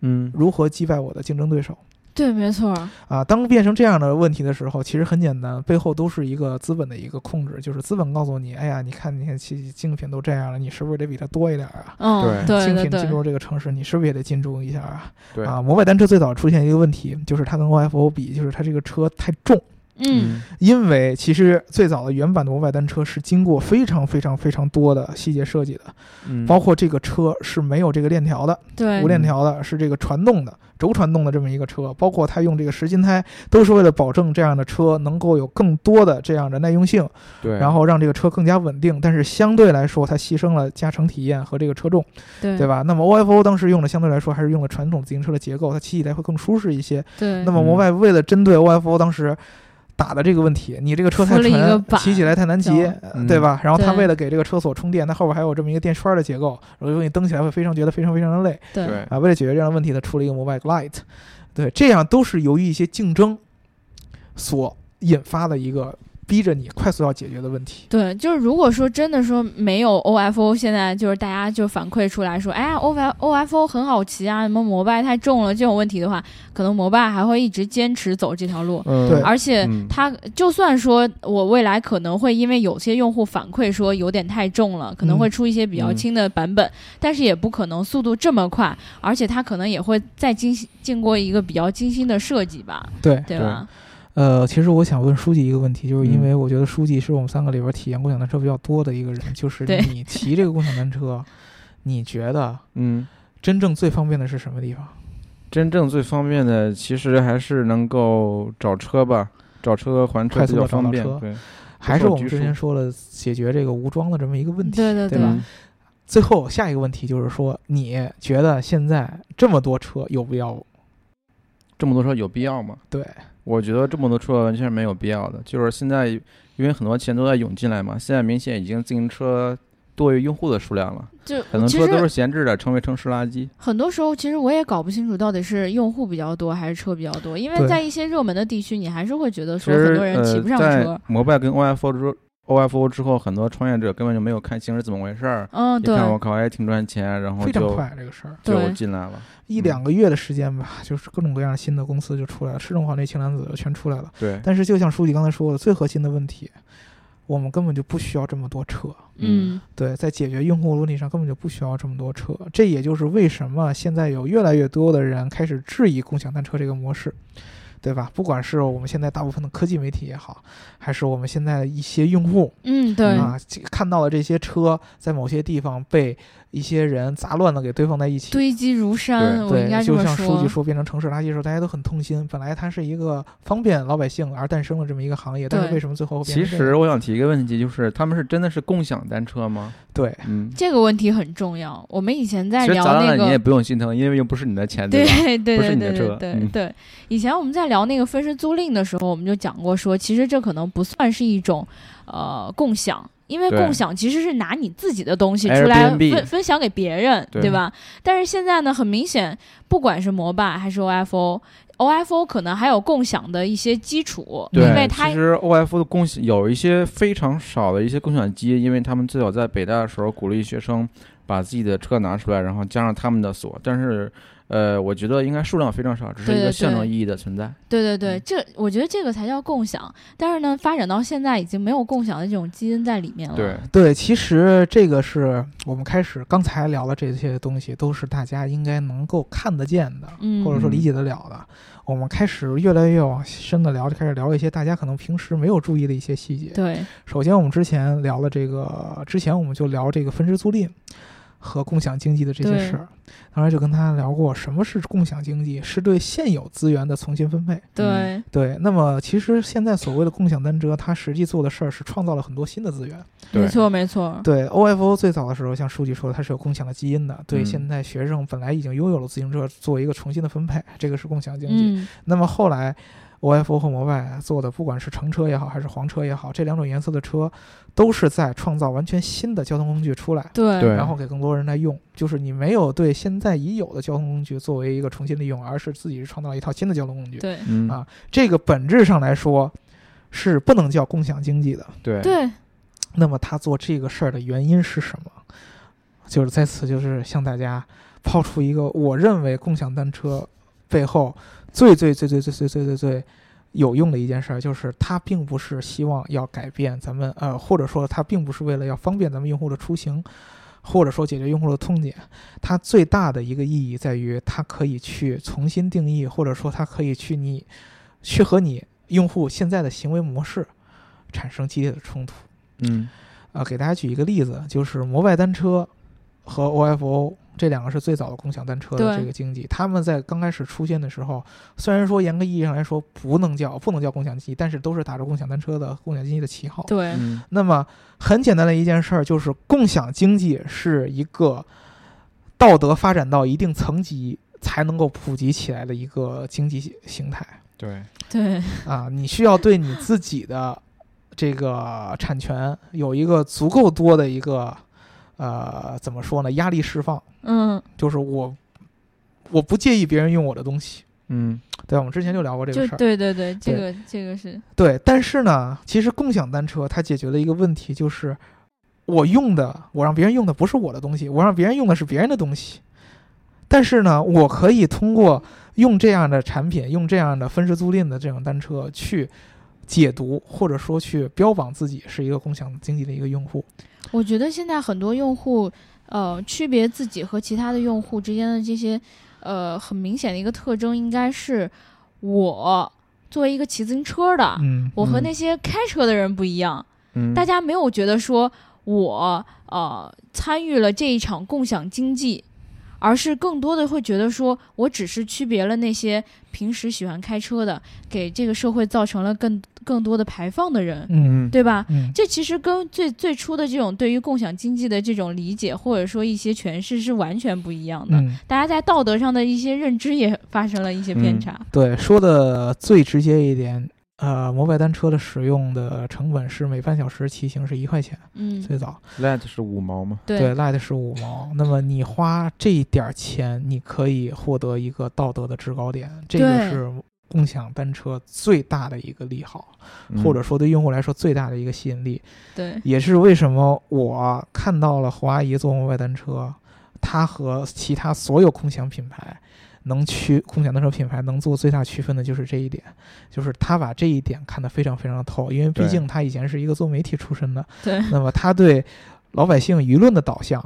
嗯
如何击败我的竞争对手。
对，没错儿，
啊，当变成这样的问题的时候，其实很简单，背后都是一个资本的一个控制，就是资本告诉你，哎呀，你看你看，其竞品都这样了，你是不是得比他多一点啊？
嗯，
对
对
竞
对
品
对
进，入这个城市，你是不是也得进驻一下啊？
对
啊，摩拜单车最早出现一个问题，就是它跟 OFO 比，就是它这个车太重，
嗯，
因为其实最早的原版的摩拜单车是经过非常非常非常多的细节设计的，
嗯
包括这个车是没有这个链条的，
对
无，链条的，是这个传动的轴传动的这么一个车，包括它用这个实心胎，都是为了保证这样的车能够有更多的这样的耐用性，
对，
然后让这个车更加稳定。但是相对来说，它牺牲了驾乘体验和这个车重，
对
对吧？那么 OFO 当时用的相对来说还是用了传统自行车的结构，它骑起来会更舒适一些。
对，
那么摩拜为了针对 OFO 当时。打的这个问题，你这个车太
扶了一个
沉，
板
骑起来太难骑
叫，
呃对吧？然后它
对
为了给这个车锁充电，它后边还有这么一个电圈的结构，如果你蹬起来会非常觉得非常非常的累。
对
对
啊，为了解决这样的问题，他出了一个 Mobile Lite，对，这样都是由于一些竞争所引发的一个逼着你快速要解决的问题。
对，就是如果说真的说没有 OFO，现在就是大家就反馈出来说，哎呀，OF OFO 很好骑啊，什么摩拜太重了这种问题的话，可能摩拜还会一直坚持走这条路，
嗯
对
而且
嗯
它就算说我未来可能会因为有些用户反馈说有点太重了，可能
嗯
会出一些比较轻的版本，但是也不可能速度这么快，而且它可能也会再精细经过一个比较精心的设计吧，
对，
对吧？
呃，其实我想问书记一个问题，就是因
嗯
为我觉得书记是我们三个里边体验共享单车比较多的一个人，就是
对
你骑这个共享单车，你觉得
嗯，
真正最方便的是什么地方？
真正最方便的其实还是能够找车吧，找车还车
快
比
速地
较
找到
方便
车，
对，
还是我们
拘
之
束
前说了解决这个无桩的这么一个问题，
对对
对
对
吧？
嗯
最后下一个问题就是说，你觉得现在这么多车有必要？
这么多车有必要吗？
对，
我觉得这么多车完全是没有必要的。就是现在，因为很多钱都在涌进来嘛，现在明显已经自行车多于用户的数量了，
就
很多
其
车
实
都是闲置的，成为城市垃圾。
很多时候，其实我也搞不清楚到底是用户比较多还是车比较多，因为
对
在一些热门的地区，你还是会觉得
其
说很
实，
多人骑不上
呃、在
车。
摩拜跟 OFO 之 OFO 之后，很多创业者根本就没有看形势怎么回事儿。
嗯，
一
对
看我靠，哎，挺赚钱，然后
非常
就嗯
快这个事儿，
就
对
进来了。
一
嗯
两个月的时间吧，就是各种各样新的公司就出来了，市政环绿、青蓝紫全出来了。
对，
但是就像书记刚才说的，最核心的问题，我们根本就不需要这么多车。
嗯，
对，在解决用户问题上根本就不需要这么多车，这也就是为什么现在有越来越多的人开始质疑共享单车这个模式，对吧？不管是我们现在大部分的科技媒体也好，还是我们现在的一些用户，
嗯，对，
啊，这看到了这些车在某些地方被一些人杂乱的给堆放在一起。
堆积如山，
对
我应该
对，
这
就
么
像书记
说。
说变成城市垃圾的时候，大家都很痛心。本来它是一个方便老百姓而诞生的这么一个行业，但是
对
为什么最后会变
其
成这
实
样
我想提一个问题，就是他们是真的是共享单车吗？
对
嗯，
这个问题很重要。我们以前在
其实
聊
砸烂
那
了你
个，
也不用心疼，因为又不是你的钱，
对
吧？
对对
不是
对
你的
对
车
对对
嗯
对，以前我们在聊那个分时租赁的时候，我们就讲过说，其实这可能不算是一种呃共享。因为
对
共享其实是拿你自己的东西出来
Airbnb
分分享给别人，
对
对吧？但是现在呢，很明显，不管是摩拜还是 OFO，OFO 可能还有共享的一些基础，因
对，
为它
其实 OFO 的共享有一些非常少的一些共享机，因为他们最早在北大的时候鼓励学生把自己的车拿出来，然后加上他们的锁，但是。呃，我觉得应该数量非常少，只是
对
一
对
个象征
对
意义的存在。
对对对，
嗯
这我觉得这个才叫共享。但是呢，发展到现在已经没有共享的这种基因在里面了。
对，
对，其实这个是我们开始刚才聊的这些东西，都是大家应该能够看得见的，
嗯，
或者说理解得了的。我们开始越来越往深的聊，就开始聊一些大家可能平时没有注意的一些细节。
嗯
对
首先，我们之前聊了这个，之前我们就聊这个分支租赁和共享经济的这些
对
事儿，当时就跟大家聊过什么是共享经济，是对现有资源的重新分配。
对
对，那么其实现在所谓的共享单车，它实际做的事儿是创造了很多新的资源。
没
对
错没错。
对，OFO 最早的时候，像书记说的，它是有共享的基因的。对，
嗯
现在学生本来已经拥有了自行车，做一个重新的分配，这个是共享经济。
嗯，
那么后来，OFO 和摩拜做的，不管是橙车也好，还是黄车也好，这两种颜色的车，都是在创造完全新的交通工具出来，
对
对
然后给更多人来用。就是你没有对现在已有的交通工具作为一个重新利用，而是自己创造了一套新的交通工具。
对
嗯
啊这个本质上来说，是不能叫共享经济的。
对
对
那么他做这个事儿的原因是什么？就是在此，就是向大家抛出一个我认为共享单车背后最最最最最最最最最有用的一件事儿，就是它并不是希望要改变咱们呃，或者说它并不是为了要方便咱们用户的出行，或者说解决用户的痛点。它最大的一个意义在于，它可以去重新定义，或者说它可以去你去和你用户现在的行为模式产生激烈的冲突。
嗯
啊，给大家举一个例子，就是摩拜单车和 OFO 这两个是最早的共享单车的
对
这个经济。他们在刚开始出现的时候，虽然说严格意义上来说不能叫不能叫共享经济，但是都是打着共享单车的共享经济的旗号。
对
嗯
那么很简单的一件事儿就是，共享经济是一个道德发展到一定层级才能够普及起来的一个经济形态。
对
对
啊，你需要对你自己的这个产权有一个足够多的一个呃，怎么说呢？压力释放，
嗯，
就是我我不介意别人用我的东西，
嗯
对吧，我们之前就聊过这
就
个事儿。
对对对，这
对
个这个是
对，但是呢，其实共享单车它解决了一个问题，就是我用的，我让别人用的不是我的东西，我让别人用的是别人的东西。但是呢，我可以通过用这样的产品，用这样的分时租赁的这种单车去解读，或者说去标榜自己是一个共享经济的一个用户。
我觉得现在很多用户，呃，区别自己和其他的用户之间的这些，呃，很明显的一个特征，应该是我作为一个骑自行车的，
嗯，
啊我和
嗯
那些开车的人不一样，
嗯，
大家没有觉得说我呃参与了这一场共享经济。而是更多的会觉得说，我只是区别了那些平时喜欢开车的，给这个社会造成了更更多的排放的人，
嗯
对吧？
嗯，
这其实跟最最初的这种对于共享经济的这种理解，或者说一些诠释是完全不一样的。
嗯，
大家在道德上的一些认知也发生了一些偏差。
对，说的最直接一点，呃，摩拜单车的使用的成本是每半小时骑行是一块钱，
嗯，
最早。
Let 是五毛嘛，
对
对，light 是五毛。那么你花这一点儿钱，你可以获得一个道德的制高点，这
对
个是共享单车最大的一个利好，
嗯
或者说对用户来说最大的一个吸引力，
对
也是为什么我看到了侯阿姨坐摩拜单车，她和其他所有共享品牌。能区共享单车品牌能做最大区分的就是这一点，就是她把这一点看得非常非常透，因为毕
对
竟她以前是一个做媒体出身的，
对
那么他对老百姓舆论的导向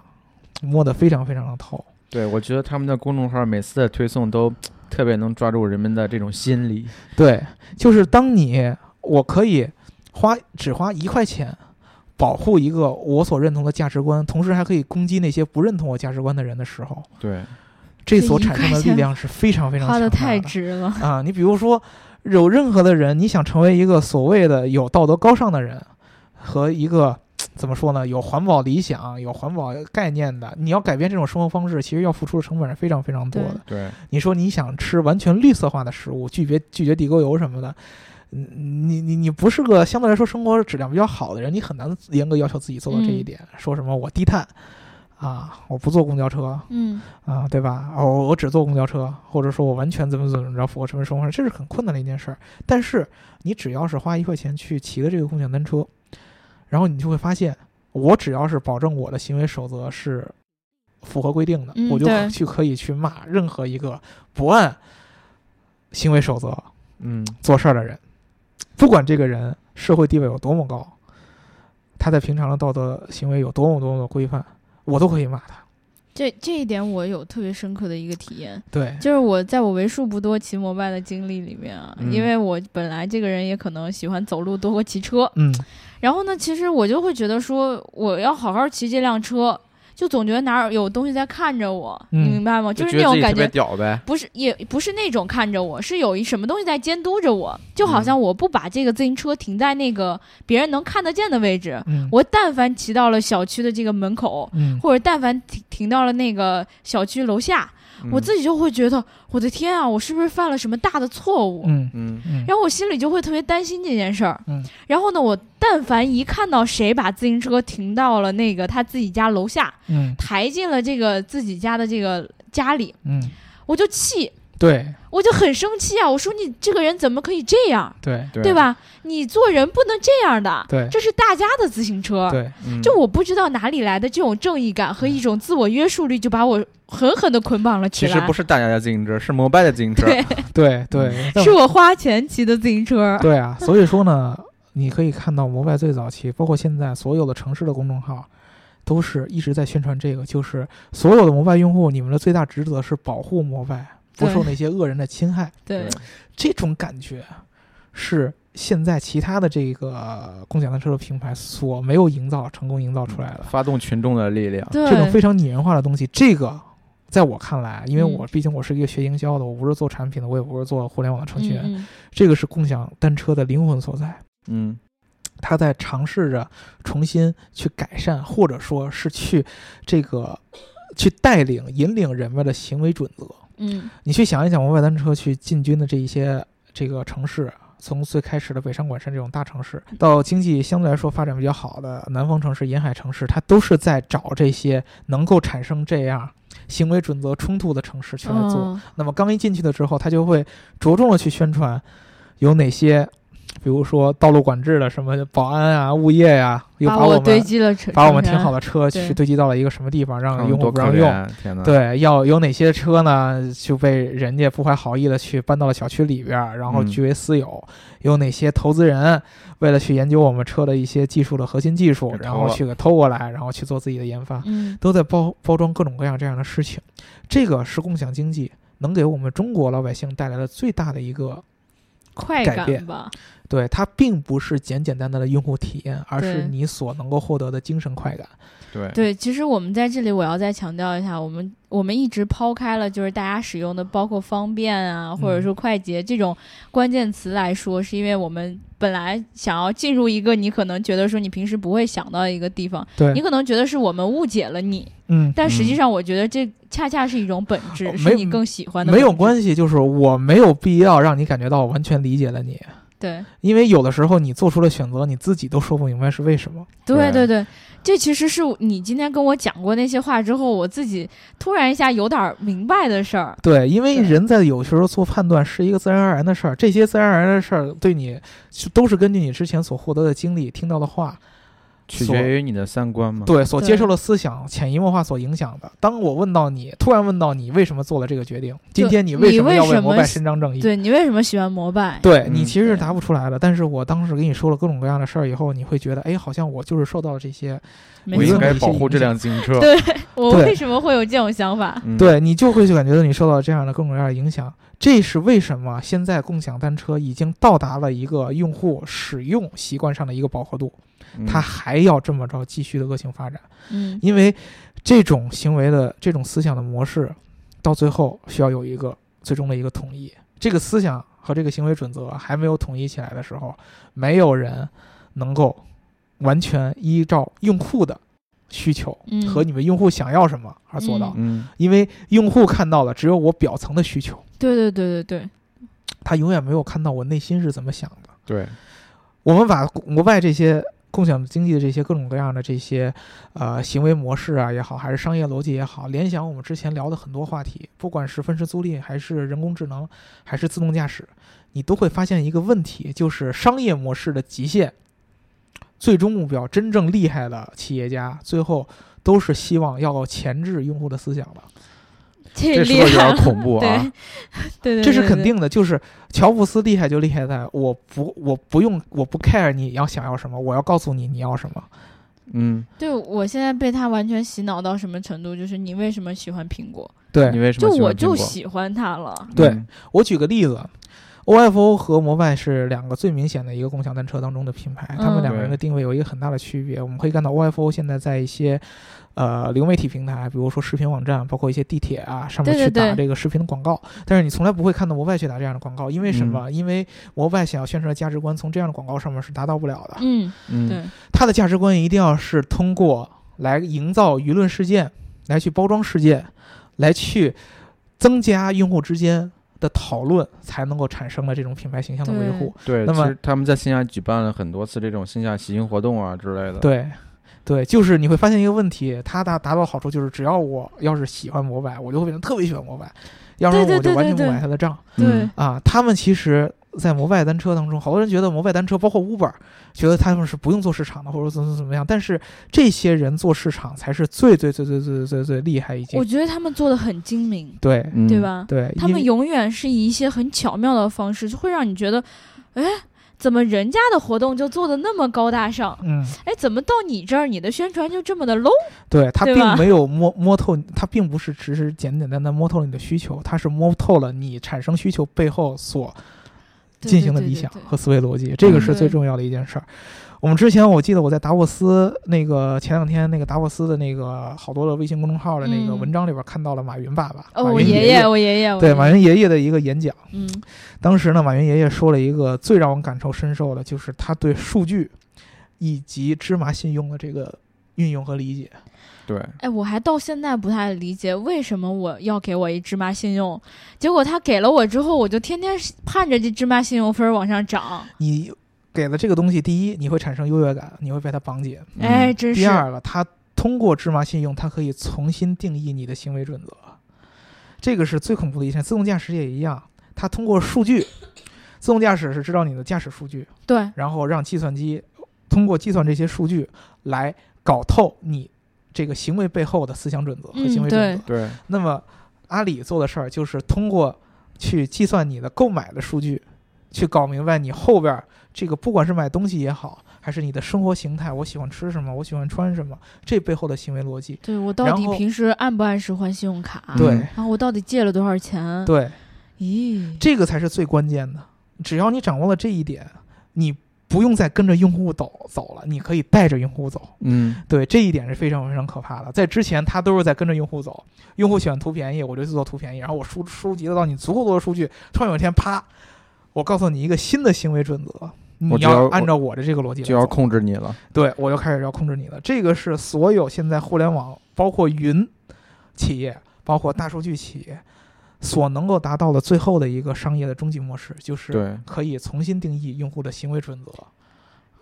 摸得非常非常的透。
对，我觉得他们的公众号每次的推送都特别能抓住人们的这种心理。
对，就是当你我可以花只花一块钱保护一个我所认同的价值观，同时还可以攻击那些不认同我价值观的人的时候，
对，
这所产生的力量是非常非常
花
强
的
大
太值了。
啊！你比如说，有任何的人，你想成为一个所谓的有道德高尚的人，和一个怎么说呢，有环保理想、有环保概念的，你要改变这种生活方式，其实要付出的成本是非常非常多的。
对，
你说你想吃完全绿色化的食物，拒绝拒绝地沟油什么的，嗯你你你不是个相对来说生活质量比较好的人，你很难严格要求自己做到这一
嗯
点。说什么我低碳啊，我不坐公交车，
嗯，
啊，对吧？哦，我只坐公交车，或者说我完全怎么怎么着符合什么生活上，这是很困难的一件事儿。但是你只要是花一块钱去骑的这个共享单车，然后你就会发现，我只要是保证我的行为守则是符合规定的，
嗯
我就
对
去可以去骂任何一个不按行为守则
嗯，
做事儿的人，不管这个人社会地位有多么高，他在平常的道德行为有多么多么的规范，我都可以骂他。
这这一点我有特别深刻的一个体验，
对，
就是我在我为数不多骑摩拜的经历里面啊，
嗯
因为我本来这个人也可能喜欢走路多过骑车，
嗯，
然后呢，其实我就会觉得说，我要好好骑这辆车，就总觉得哪儿有东西在看着我，
嗯
你明白吗？就是
觉
那
得自
种
己
感
特别
觉，
屌呗，
不是也不是那种看着我，是有一什么东西在监督着我，就
嗯
好像我不把这个自行车停在那个别人能看得见的位置，
嗯，
我但凡骑到了小区的这个门口，
嗯，
或者但凡停停到了那个小区楼下，
嗯
嗯
我自己就会觉得，我的天啊，我是不是犯了什么大的错误？
嗯，
嗯
嗯，
然后我心里就会特别担心这件事儿。
嗯，
然后呢，我但凡一看到谁把自行车停到了那个他自己家楼下，
嗯，
抬进了这个自己家的这个家里，
嗯，
我就气，
对
我就很生气啊！我说你这个人怎么可以这样，
对
对
对？吧？你做人不能这样的，
对
这是大家的自行车。
对，
嗯
就我不知道哪里来的这种正义感和一种自我约束力，就把我狠狠的捆绑了起
其
来。
实不
<laughs>
是大家的自行车，是摩拜的自行车。
啊对
对对，
嗯是我花钱骑的自行车。<laughs>
对啊，所以说呢，你可以看到摩拜最早期，包括现在所有的城市的公众号，都是一直在宣传这个，就是所有的摩拜用户，你们的最大职责是保护摩拜不
对
受那些恶人的侵害。
对，
这种感觉是现在其他的这个呃共享单车的品牌所没有营造成功营造出来的
发动群众的力量。
对，
这种非常拟人化的东西，这个。在我看来，因为
嗯
我毕竟我是一个学营销的，我不是做产品的，我也不是做互联网的程序员，
嗯嗯
这个是共享单车的灵魂所在。
嗯
他在尝试着重新去改善，或者说是去这个去带领、引领人们的行为准则。
嗯，
你去想一想，摩拜单车去进军的这一些这个城市，从最开始的北上广深这种大城市，
嗯
到经济相对来说发展比较好的南方城市、沿海城市，它都是在找这些能够产生这样行为准则冲突的城市去来做。
嗯
那么刚一进去的时候，他就会着重的去宣传有哪些，比如说道路管制的什么保安啊、物业呀、又
把
把我们
堆积了成，
把我们
成
停好
人，
的车
对
去堆积到了一个什么地方，
他
让
们
用户
多
不
嗯可
让用。
怜，天哪！，
对，要有哪些车呢？就被人家不怀好意的去搬到了小区里边儿，然后
嗯
据为私有。有哪些投资人为了去研究我们车的一些技术的核心技术
给，偷
然后
了
去给偷过来，然后去做自己的研发？
嗯
都在包包装各种各样这样的事情。这个是共享经济能给我们中国老百姓带来的最大的一个，
快
改
感
变
吧，
对它并不是简简单单的用户体验，而是
对
你所能够获得的精神快感。
对
对，其实我们在这里，我要再强调一下，我们我们一直抛开了就是大家使用的包括方便啊，或者说快捷这种关键词来说，是因为我们本来想要进入一个你可能觉得说你平时不会想到的一个地方，你
对，
可能觉得是我们误解了你，
嗯，
但实际
嗯
上我觉得这恰恰是一种本质，
哦
是
没
你更喜欢的
没有
本质
关系，就是我没有必要让你感觉到我完全理解了你，
对。
因为有的时候你做出的选择，你自己都说不明白是为什么。
对对
对
对，这其实是你今天跟我讲过那些话之后，我自己突然一下有点儿明白的事儿。
对，因为
对
人在有时候做判断是一个自然而然的事儿，这些自然而然的事儿对你是都是根据你之前所获得的经历、听到的话，
取
所
决于你的三观嘛。
对所接受
对
的思想潜移默化所影响的。当我问到你，突然问到你为什么做了这个决定，今
对
天你
你
为什么
为
要
什
为摩
么
拜
是
伸张正义？
对你为什么喜欢摩拜？
对
嗯
你其实是
对
答不出来的，但是我当时给你说了各种各样的事儿以后，你会觉得，哎，好像我就是受到了这些，
没
我
错
应
错，
该保护这辆自行车。
对 <laughs> 我
对
为什么会有这种想法？
嗯，
对你就会去感觉到你受到这样的各种各样的影响。这是为什么现在共享单车已经到达了一个用户使用习惯上的一个饱和度，
嗯
它还要这么着继续的恶性发展。
嗯，
因为这种行为的这种思想的模式，到最后需要有一个最终的一个统一。这个思想和这个行为准则还没有统一起来的时候，没有人能够完全依照用户的需求
嗯
和你们用户想要什么而做到，
嗯，
因为用户看到了只有我表层的需求，
对对对对对，
他永远没有看到我内心是怎么想的。
对，
我们把国外这些共享经济的这些各种各样的这些呃行为模式啊也好，还是商业逻辑也好，联想我们之前聊的很多话题，不管是分时租赁，还是人工智能，还是自动驾驶，你都会发现一个问题，就是商业模式的极限最终目标，真正厉害的企业家，最后都是希望要前置用户的思想的，
这
这是
厉
不是有
害 <laughs>
点
了，
恐怖
对
啊？
对对，
这是
对
肯。定的。就是乔布斯厉害就厉害在，我不我不用我不 care 你要想要什么，我要告诉你你要什么。
嗯，
对对我现在被他完全洗脑到什么程度？就是你为什么喜欢苹果？
你
对
为什么
就
喜
我
欢苹
就
果？
喜欢它了。
对
嗯
我举个例子，OFO 和摩拜是两个最明显的一个共享单车当中的品牌，他们
嗯
两个人的定位有一个很大的区别。我们可以看到 OFO 现在在一些。呃，流媒体平台，比如说视频网站，包括一些地铁啊，上面
对对
去打
对
这个视频的广告，但是你从来不会看到摩拜去打这样的广告，因为什么？因为摩拜想要宣传的价值观，从这样的广告上面是达到不了的。
嗯，
嗯，
对，
它的价值观一定要是通过来营造舆论事件，来去包装事件，来去增加用户之间的讨论，才能够产生了这种品牌形象的维护。
对，
那
其
么
实他们在线下举办了很多次这种线下骑行活动啊之类的。，
对。对，就是你会发现一个问题，它达达到好处就是，只要我要是喜欢摩拜，我就会变得特别喜欢摩拜，要不然
对
我
对
就完全
对对
不买它的账
对
嗯，
啊。他们其实，在摩拜单车当中，好多人觉得摩拜单车包括 Uber，觉得他们是不用做市场的，或者怎么怎么样。但是这些人做市场才是最最最最最最最最厉害一件
我觉得他们做的很精明，
对
嗯
对？吧？
对，
他
因
们
为
永远是以一些很巧妙的方式，就会让你觉得，哎，怎么人家的活动就做的那么高大上？
嗯，
哎，怎么到你这儿你的宣传就这么的 low？
对他
对
并
吧
没有摸摸透，他并不是只是简简单单摸透了你的需求，他是摸透了你产生需求背后所
对
进行的
对
理
对
想
对对
和思维逻辑，这个
嗯
是最
对
重要的一件事儿。我们之前我记得我在达沃斯那个前两天那个达沃斯的那个好多的微信公众号的那个
嗯
文章里边看到了马云爸爸，
哦，
马
我
云
爷
爷
爷，，我爷爷，我
对
爷
马
爷
云爷爷的一个演讲。
嗯，
当时呢，马云爷爷说了一个最让我感受深受的，就是他对数据以及芝麻信用的这个运用和理解。
对，
哎，我还到现在不太理解为什么我要给我一芝麻信用，结果他给了我之后，我就天天是盼着这芝麻信用分儿往上涨。
你给了这个东西，第一，你会产生优越感，你会被它绑解；
嗯
哎，，真是
第二个，它通过芝麻信用，它可以重新定义你的行为准则，这个是最恐怖的一件事。自动驾驶也一样，它通过数据， <laughs> 自动驾驶是知道你的驾驶数据，
对，
然后让计算机通过计算这些数据来搞透你这个行为背后的思想准则和
嗯
行为准则。
对，
那么阿里做的事儿就是通过去计算你的购买的数据，去搞明白你后边儿这个不管是买东西也好，还是你的生活形态，我喜欢吃什么，我喜欢穿什么，这背后的行为逻辑。
对我到
然
底
后
平时按不按时还信用卡？啊
嗯
对
然后我到底借了多少钱？
对，
咦，
这个才是最关键的。只要你掌握了这一点，你不用再跟着用户走走了，你可以带着用户走。
嗯，
对，这一点是非常非常可怕的。在之前，他都是在跟着用户走，用户喜欢图便宜，我就去做图便宜，然后我收收集得到你足够多的数据，突然有一天，啪，我告诉你一个新的行为准则，你
我就要
要按照我的这个逻辑来
就要
走
控制你了。
对我就开始要控制你了。这个是所有现在互联网，包括云企业，包括大数据企业所能够达到的最后的一个商业的终极模式，就是
对，
可以重新定义用户的行为准则。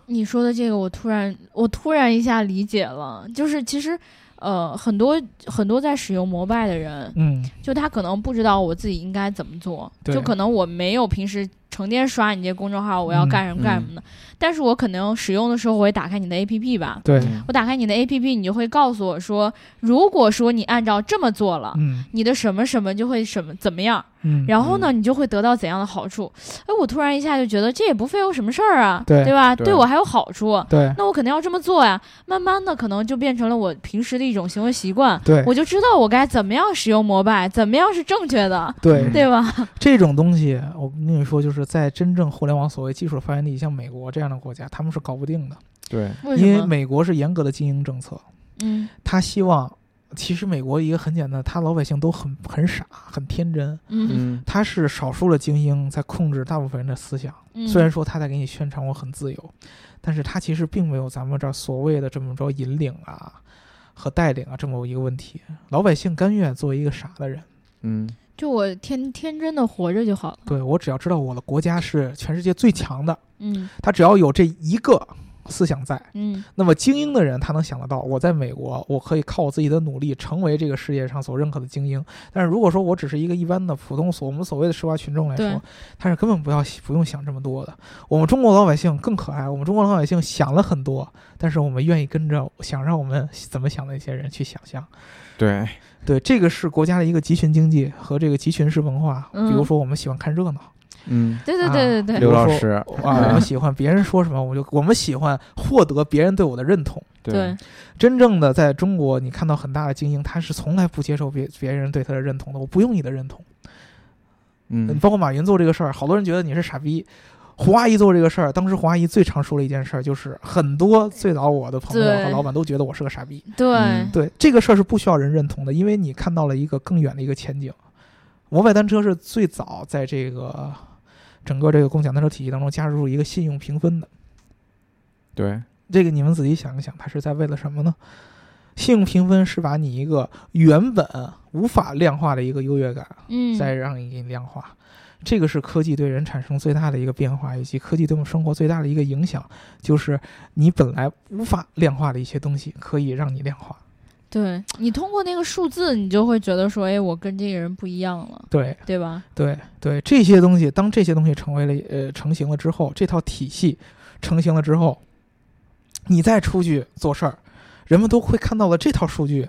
你说的这个，我突然我突然一下理解了，就是其实。呃，很多很多在使用摩拜的人，
嗯，
就他可能不知道我自己应该怎么做，
对
就可能我没有平时成天刷你这公众号，我要
嗯
干什么干什么的，但是我可能使用的时候，我会打开你的 APP 吧，
对，
嗯
我打开你的 APP，你就会告诉我说，如果说你按照这么做了，
嗯
你的什么什么就会什么怎么样，
嗯，
然后呢，你就会得到怎样的好处？哎，我突然一下就觉得这也不费我什么事儿啊，
对
吧？
对
对我还有好处，
对
那我肯定要这么做呀。慢慢的，可能就变成了我平时的一种行为习惯，
对
我就知道我该怎么样使用摩拜，怎么样是正确的，
嗯
对
对吧？
这种东西，我跟你说，就是在真正互联网所谓技术发源地，像美国这样的国家，他们是搞不定的，
对，
为
因
什
为
么？
美国是严格的经营政策，
嗯
他希望，其实美国一个很简单，他老百姓都很很傻，很天真，
嗯
嗯，
他是少数的精英在控制大部分人的思想。
嗯，
虽然说他在给你宣传我很自由，但是他其实并没有咱们这儿所谓的这么着引领啊和带领啊这么一个问题，老百姓甘愿做一个傻的人。
嗯，
就我天天真的活着就好了。
对我只要知道我的国家是全世界最强的。
嗯
他只要有这一个思想在。
嗯
那么精英的人他能想得到，我在美国，我可以靠我自己的努力成为这个世界上所认可的精英。但是如果说我只是一个一般的普通所我们所谓的吃瓜群众来
对
说，他是根本不要不用想这么多的。我们中国老百姓更可爱，我们中国老百姓想了很多，但是我们愿意跟着想让我们怎么想的一些人去想象。
对，
对，这个是国家的一个集群经济和这个集群式文化。比
嗯
如说，我们喜欢看热闹。啊
嗯，
对对对对对
刘老
比如说
师
啊，我们喜欢别人说什么，我就我们喜欢获得别人对嗯我的认同。
对，
真正的在中国，你看到很大的精英，他是从来不接受别别人对他的认同的。我不用你的认同，
嗯，
包括马云做这个事儿，好多人觉得你是傻逼。胡阿姨做这个事儿，当时胡阿姨最常说的一件事儿就是，很多最早我的朋友
对
和老板都觉得我是个傻逼。
对
嗯
对这个事儿是不需要人认同的，因为你看到了一个更远的一个前景。摩拜单车是最早在这个整个这个共享单车体系当中加入一个信用评分的。
对，
这个你们仔细想一想，它是在为了什么呢？信用评分是把你一个原本无法量化的一个优越感，
嗯
再让你给你量化。这个是科技对人产生最大的一个变化，以及科技对我们生活最大的一个影响，就是你本来无法量化的一些东西，可以让你量化。
对你通过那个数字，你就会觉得说，哎，我跟这个人不一样了，
对
对吧？
对对，这些东西，当这些东西成为了呃成型了之后，这套体系成型了之后，你再出去做事儿，人们都会看到了这套数据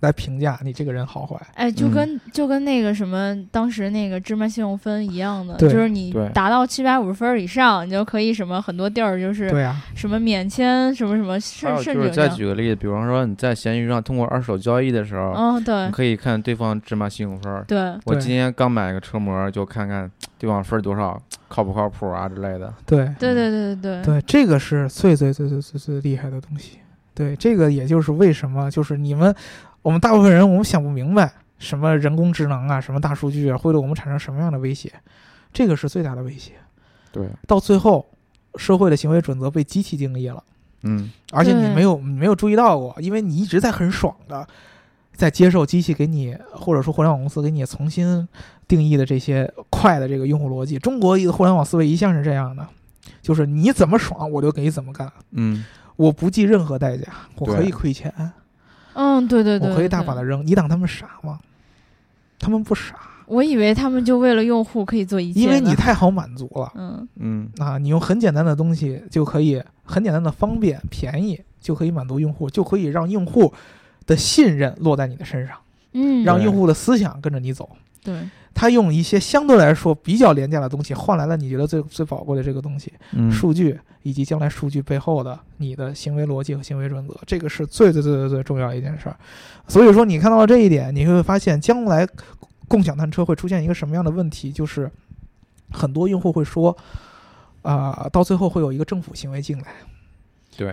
来评价你这个人好坏。
哎，就跟、就跟那个什么当时那个芝麻信用分一样的，就
对
是你
对
达到七百五十分儿以上，你就可以什么很多地儿就是
对啊，
什么免签什么什么，
还
甚
有
甚
哦
至
就是
有这
再
样。
举个例子，比方说你在闲鱼上通过二手交易的时候，
嗯、对
你可以看对方芝麻信用分儿。
对，
我
对
今天刚买个车模，就看看对方分儿多少，靠不靠谱啊之类的。
对
对对对对对，
对，这个是最最最最最最厉害的东西。对，这个也就是为什么就是你们我们大部分人我们想不明白什么人工智能啊，什么大数据啊，会对我们产生什么样的威胁，这个是最大的威胁。
对，
到最后，社会的行为准则被机器定义了，
嗯，
而且你
对
没有你没有注意到过，因为你一直在很爽的在接受机器给你，或者说互联网公司给你重新定义的这些快的这个用户逻辑。中国的互联网思维一向是这样的，就是你怎么爽我就给你怎么干，
嗯，
我不计任何代价，我可以
对
亏钱，
嗯对对对，
我可以大
对
把的扔。你当他们傻吗？他们不傻，
我以为他们就为了用户可以做一切呢，
因为你太好满足了。
嗯
嗯，
啊，你用很简单的东西就可以很简单的方便便宜就可以满足用户，就可以让用户的信任落在你的身上，
嗯，
让
对
用户的思想跟着你走。
对
他用一些相对来说比较廉价的东西换来了你觉得最最宝贵的这个东西，
嗯
数据以及将来数据背后的你的行为逻辑和行为准则，这个是最最最最最重要的一件事儿。所以说，你看到了这一点，你会发现将来共共享单车会出现一个什么样的问题，就是很多用户会说。啊、到最后会有一个政府行为进来，
对，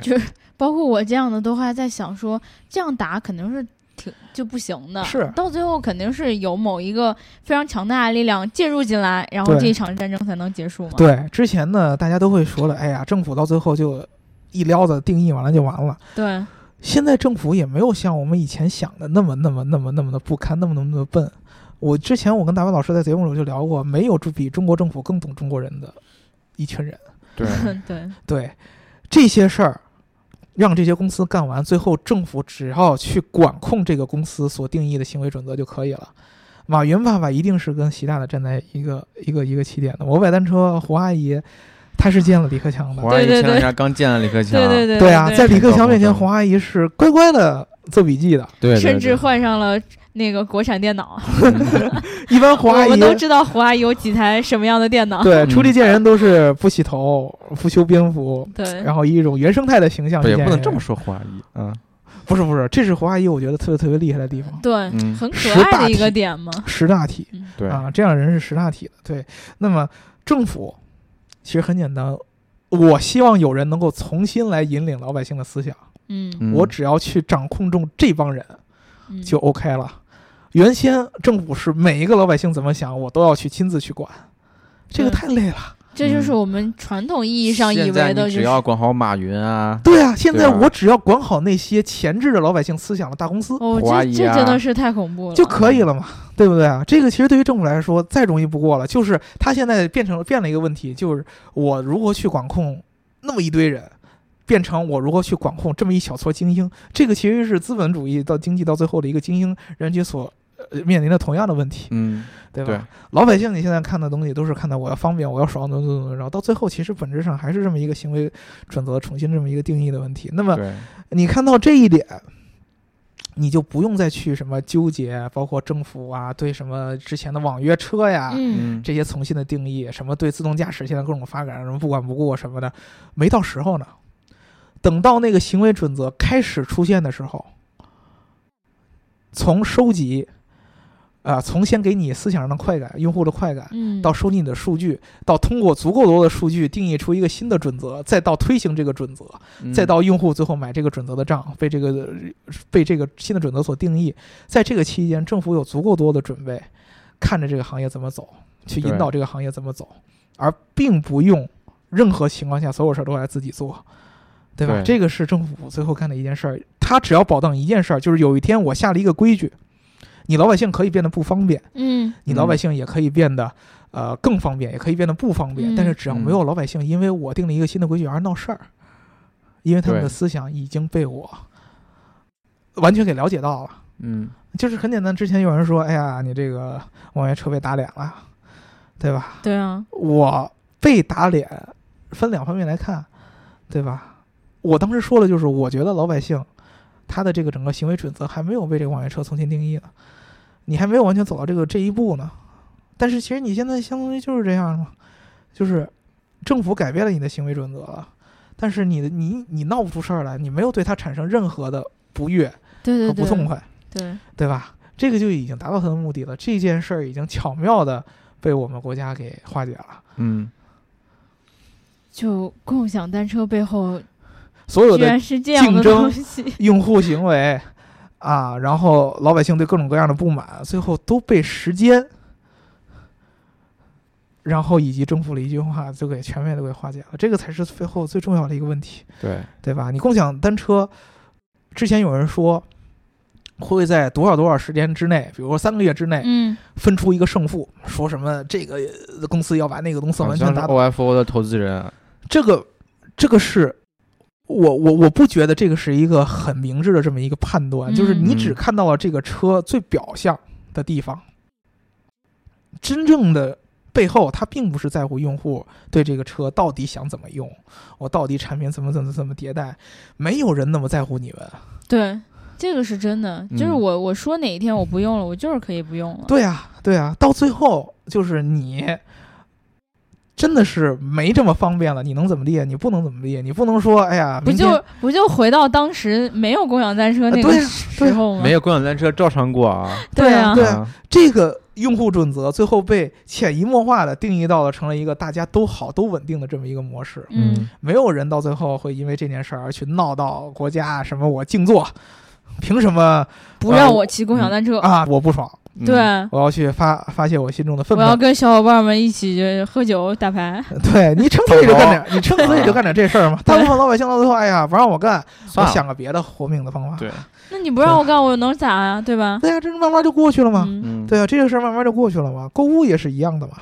包括我这样的都还在想说，这样打肯定是挺就不行的，
是
到最后肯定是有某一个非常强大的力量介入进来，然后
对
这一场战争才能结束嘛。
对，之前呢，大家都会说了，哎呀，政府到最后就一撩子定义完了就完了。
对
现在政府也没有像我们以前想的那么、那么、那么、那么的不堪，那么、那么的笨。我之前我跟大伟老师在节目里就聊过，没有比中国政府更懂中国人的一群人。
对，
<laughs>
对
对这些事儿，让这些公司干完，最后政府只要去管控这个公司所定义的行为准则就可以了。马云爸爸一定是跟习大大站在一个一个一个起点的。摩拜单车胡阿姨，她是见了李克强的
华，谊
对对
前两
对
天刚见了李克强，
对对对
对啊，在
对
李克强面前，胡阿姨是乖乖的做笔记的。
对，对
甚至换上了。那个国产电脑，
<laughs>
一般胡阿
我
姨
们都知道胡阿姨有几台什么样的电脑。
对
嗯
出力见人都是不洗头、不修边幅，
对，
然后以一种原生态的形象
不
去
也
见人。
不能这么说华谊
嗯
啊，
不是不是，这是胡阿姨我觉得特别特别厉害的
<laughs>
地方，
对，
嗯
很可
十
爱
大
的一个
题
点嘛。
识大体
对，
啊，这样的人是识大体的。对，那么政府其实很简单。我希望有人能够重新来引领老百姓的思想，
嗯，
嗯
我只要去掌控住这帮人，
嗯
就 OK 了。原先政府是每一个老百姓怎么想，我都要去亲自去管，这个
对
太累了。
这就是
嗯
我们传统意义上以
现在
为的，
你
就
只
是
要管好马云啊，
对啊，现在
对啊
我只要管好那些钳制着老百姓思想的大公司
哦，
胡阿
这
姨
这真
啊
的是太恐怖了。
就可以了嘛，对不对啊？这个其实对于政府来说再容易不过了，就是他现在变成变了一个问题，就是我如何去管控那么一堆人。变成我如何去管控这么一小撮精英，这个其实是资本主义到经济到最后的一个精英人群所呃面临的同样的问题，
嗯，
对吧？
对
老百姓你现在看的东西都是看到我要方便，我要爽，怎么怎么怎么着，到最后其实本质上还是这么一个行为准则重新这么一个定义的问题。那
嗯
么
嗯对，
你看到这一点，你就不用再去什么纠结，包括政府啊对什么之前的网约车呀。
嗯，
这些重新的定义，什么对自动驾驶现在各种发展，什么不管不顾什么的，没到时候呢。等到那个行为准则开始出现的时候，从收集，啊、从先给你思想上的快感、用户的快感，
嗯，
到收集你的数据，到通过足够多的数据定义出一个新的准则，再到推行这个准则，
嗯
再到用户最后买这个准则的账，被这个被这个新的准则所定义，在这个期间，政府有足够多的准备，看着这个行业怎么走，去引导这个行业怎么走，而并不用任何情况下所有事儿都来自己做，对吧？
对
这个是政府最后干的一件事儿，他只要保证一件事儿，就是有一天我下了一个规矩，你老百姓可以变得不方便，
嗯
你
嗯
老百姓也可以变得。呃，更方便，也可以变得不方便，
嗯
但是只要没有老百姓因为我定了一个新的规矩而闹事儿，因为他们的
对
思想已经被我完全给了解到了。
嗯，
就是很简单，之前有人说：“哎呀，你这个网约车被打脸了，对吧
对啊，？”
我被打脸分两方面来看，对吧？我当时说的就是，我觉得老百姓他的这个整个行为准则还没有被这个网约车重新定义呢，你还没有完全走到这个这一步呢。但是其实你现在相当于就是这样嘛，就是政府改变了你的行为准则了，但是你的你你闹不出事儿来，你没有对它产生任何的不悦
对对
和
对，
不痛快。
对，
对吧？这个就已经达到他的目的了。这件事儿已经巧妙的被我们国家给化解了。
嗯，
就共享单车背后
所有
居
的
然是这样的
竞争
东
<laughs>
西，
用户行为啊，然后老百姓对各种各样的不满，最后都被时间，然后以及政府的一句话就给全面的给化解了。这个才是最后最重要的一个问题。
对，
对吧？你共享单车，之前有人说会在多少多少时间之内，比如说三个月之内，
嗯，
分出一个胜负，说什么这个呃公司要把那个公司
好
完
像
全
是
打倒，
OFO 的投资人，
这个这个是。我我我不觉得这个是一个很明智的这么一个判断，
嗯
就是你只看到了这个车最表象的地方，真正的背后，它并不是在乎用户对这个车到底想怎么用，我到底产品怎么怎么怎么迭代，没有人那么在乎你们。
对，这个是真的，就是
嗯
我我说哪一天我不用了，我就是可以不用了，
对啊，对啊，到最后就是你真的是没这么方便了，你能怎么地？你不能怎么地？你不能说哎呀，
不
明天
就不就回到当时没有共享单车那个
啊对啊对
时
啊
候吗？
没有共享单车照常过啊，
对嗯啊，
对啊这个用户准则最后被潜移默化的定义到了成了一个大家都好都稳定的这么一个模式，
嗯，
没有人到最后会因为这件事儿而去闹到国家什么我静坐，凭什么
不
啊
让
我
我骑共享单车，
啊我不爽，
嗯
对，
我要去发发泄我心中的愤
我要
怒。
跟小伙伴们一起就喝酒打牌，
<laughs> 对你撑死也就干点，你撑死也就干点这事儿嘛。大部分老百姓到最后，哎呀，不让我干，我
算了
想个别的活命的方法。
对，
那你不让我干，我能咋啊？对吧？
对呀，这慢慢就过去了嘛。
嗯，
嗯，
对啊，这个事儿慢慢就过去了嘛。购物也是一样的嘛。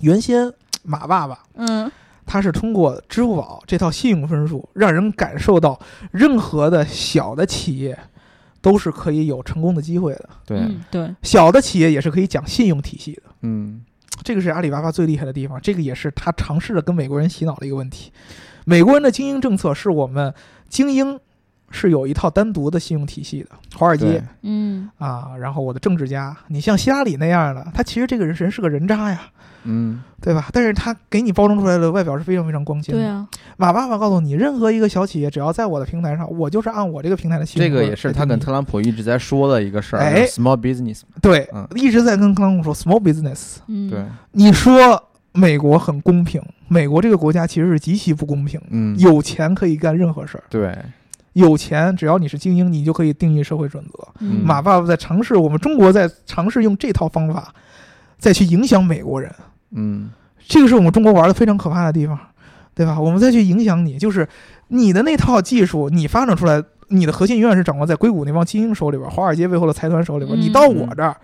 原先马爸爸
嗯，
他是通过支付宝这套信用分数，让人感受到任何的小的企业都是可以有成功的机会的，
对，
嗯对，
小的企业也是可以讲信用体系的。
嗯，
这个是阿里巴巴最厉害的地方，这个也是他尝试着跟美国人洗脑的一个问题。美国人的精英政策是我们精英是有一套单独的信用体系的，华尔街
对
嗯
啊，然后我的政治家，你像希拉里那样的，他其实这个人人是个人渣呀，
嗯，
对吧？但是他给你包装出来的外表是非常非常光鲜的。
对啊，
马爸爸告诉你，任何一个小企业只要在我的平台上，我就是按我这个平台的信用
这
分。
个也是他跟特朗普一直在说的一个事儿
哎
，small business，
对、
嗯
一直在跟特朗普说 small business，
嗯
对，
你说美国很公平，美国这个国家其实是极其不公平的。
嗯，
有钱可以干任何事儿，
对，
有钱只要你是精英，你就可以定义社会准则。
嗯
马爸爸在尝试，我们中国在尝试用这套方法，再去影响美国人，
嗯，
这个是我们中国玩的非常可怕的地方，对吧？我们再去影响你，就是你的那套技术，你发展出来，你的核心永远是掌握在硅谷那帮精英手里边，华尔街背后的财团手里边。
嗯
你到我这儿，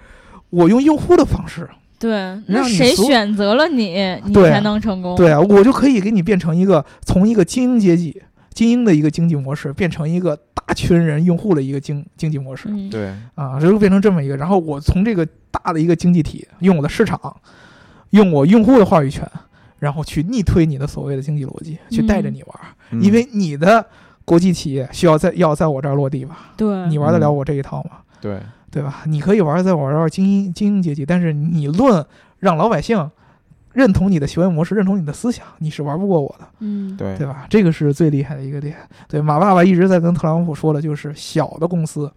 我用用户的方式，
对，
让
那
你
谁
所有
选择了你，你
对啊
才能成功？
对啊，我就可以给你变成一个从一个精英阶级、精英的一个经济模式，变成一个大群人用户的一个经经济模式
嗯，
对，
啊，这就变成这么一个。然后我从这个大的一个经济体，用我的市场，用我用户的话语权，然后去逆推你的所谓的经济逻辑，去带着
嗯
你玩儿，因为你的国际企业需要在要在我这儿落地吧？
对，
你玩得了
嗯
我这一套吗？
对
对吧？你可以玩在我这儿精英精英阶级，但是你论让老百姓认同你的行为模式、认同你的思想，你是玩不过我的，
嗯，
对
对吧？这个是最厉害的一个点。对，马爸爸一直在跟特朗普说的就是小的公司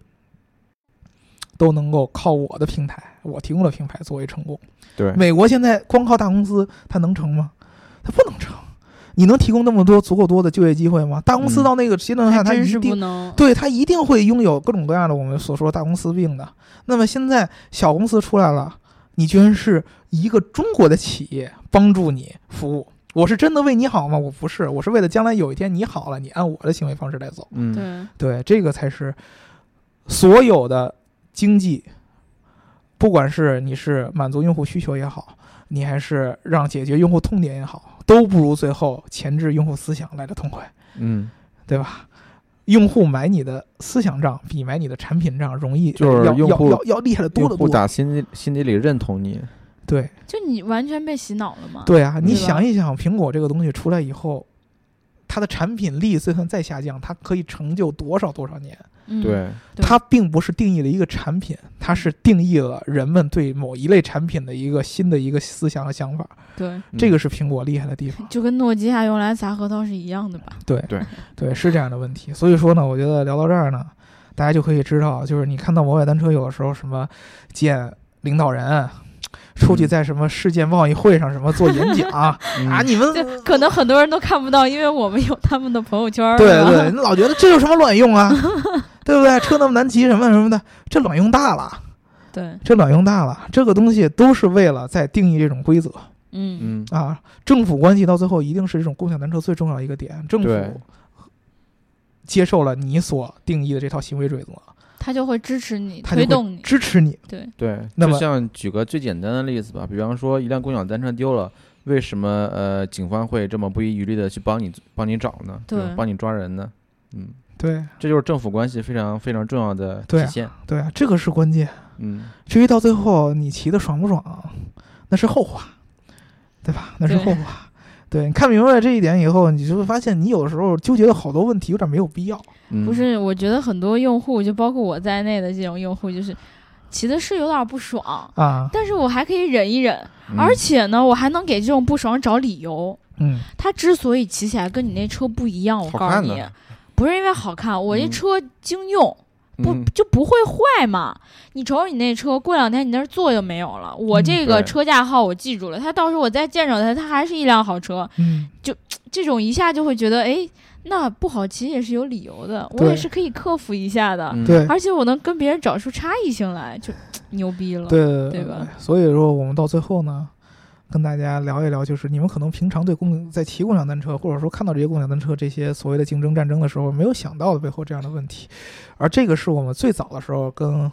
都能够靠我的平台，我提供了平台作为成功。
对
美国现在光靠大公司，它能成吗？它不能成。你能提供那么多足够多的就业机会吗？大公司
嗯
到那个阶段
还
上，它
真是
一定
不能。
对它一定会拥有各种各样的我们所说的大公司病的。那么现在小公司出来了，你居然是一个中国的企业帮助你服务，我是真的为你好吗？我不是，我是为了将来有一天你好了，你按我的行为方式来走。
嗯
对，
对，这个才是所有的经济，不管是你是满足用户需求也好，你还是让解决用户痛点也好，都不如最后前置用户思想来的痛快。
嗯，
对吧？用户买你的思想账比买你的产品账容易，
就是
要
用
要
户
要要厉害的多
用
得
户
多。
打心底心底里认同你，
对
就你完全被洗脑了嘛？
对啊，你
对吧
想一想，苹果这个东西出来以后，它的产品力就算再下降，它可以成就多少多少年？
嗯，
对
对
它并不是定义了一个产品，它是定义了人们对某一类产品的一个新的一个思想和想法。
对，
嗯
这个是苹果厉害的地方。
就跟诺基亚用来砸核桃是一样的
<laughs>
吧？ <laughs>
对
对
对，是这样的问题。所以说呢，我觉得聊到这儿呢，大家就可以知道，就是你看到摩拜单车有的时候什么见领导人，出去
嗯
在什么世界贸易会上什么做演
<laughs>
讲啊，
嗯
你们
就可能很多人都看不到，因为我们有他们的朋友圈儿。啊
对
是吧
对，你老觉得这有什么卵用啊， <laughs> 对不对？车那么难骑什么什么的，这卵用大了，
对，
这卵用大了，这个东西都是为了在定义这种规则
嗯
嗯
啊。政府关系到最后一定是这种共享单车最重要的一个点，政府
对
接受了你所定义的这套行为准则。
他就会支持你，
他就
推
会
动你。
支持你。
对，
对，
那
就
么
像举个最简单的例子吧，比方说一辆共享单车丢了，为什么呃警方会这么不遗余力的去帮你帮你找呢？
对
吧帮你抓人呢？嗯，
对
这就是政府关系非常非常重要的
对
体
啊
现。
对啊，这个是关键。
嗯，
至于到最后你骑的爽不爽，那是后话，对吧？那是
对
后话。对你看明白了这一点以后，你就会发现，你有的时候纠结的好多问题有点没有必要。
嗯
不，是，我觉得很多用户，就包括我在内的这种用户，就是骑的是有点不爽，
啊，
但是我还可以忍一忍，
嗯
而且呢，我还能给这种不爽找理由。
嗯，
它之所以骑起来跟你那车不一样，我
好
告诉
看
你
呢，
不是因为好看，我这
嗯
车经用，不
嗯
就不会坏嘛？你瞅瞅你那车，过两天你那儿座就没有了。我
嗯
这个
对
车架号我记住了，它到时候我再见着它，它还是一辆好车。
嗯，
这种一下就会觉得，哎，那不好骑也是有理由的，我
对
也是可以克服一下的。
嗯
对，
而且我能跟别人找出差异性来，就牛逼了。
对
对吧？
所以说，我们到最后呢，跟大家聊一聊，就是你们可能平常对共在骑共享单车，或者说看到这些共享单车这些所谓的竞争战争的时候，没有想到的背后这样的问题，而这个是我们最早的时候跟。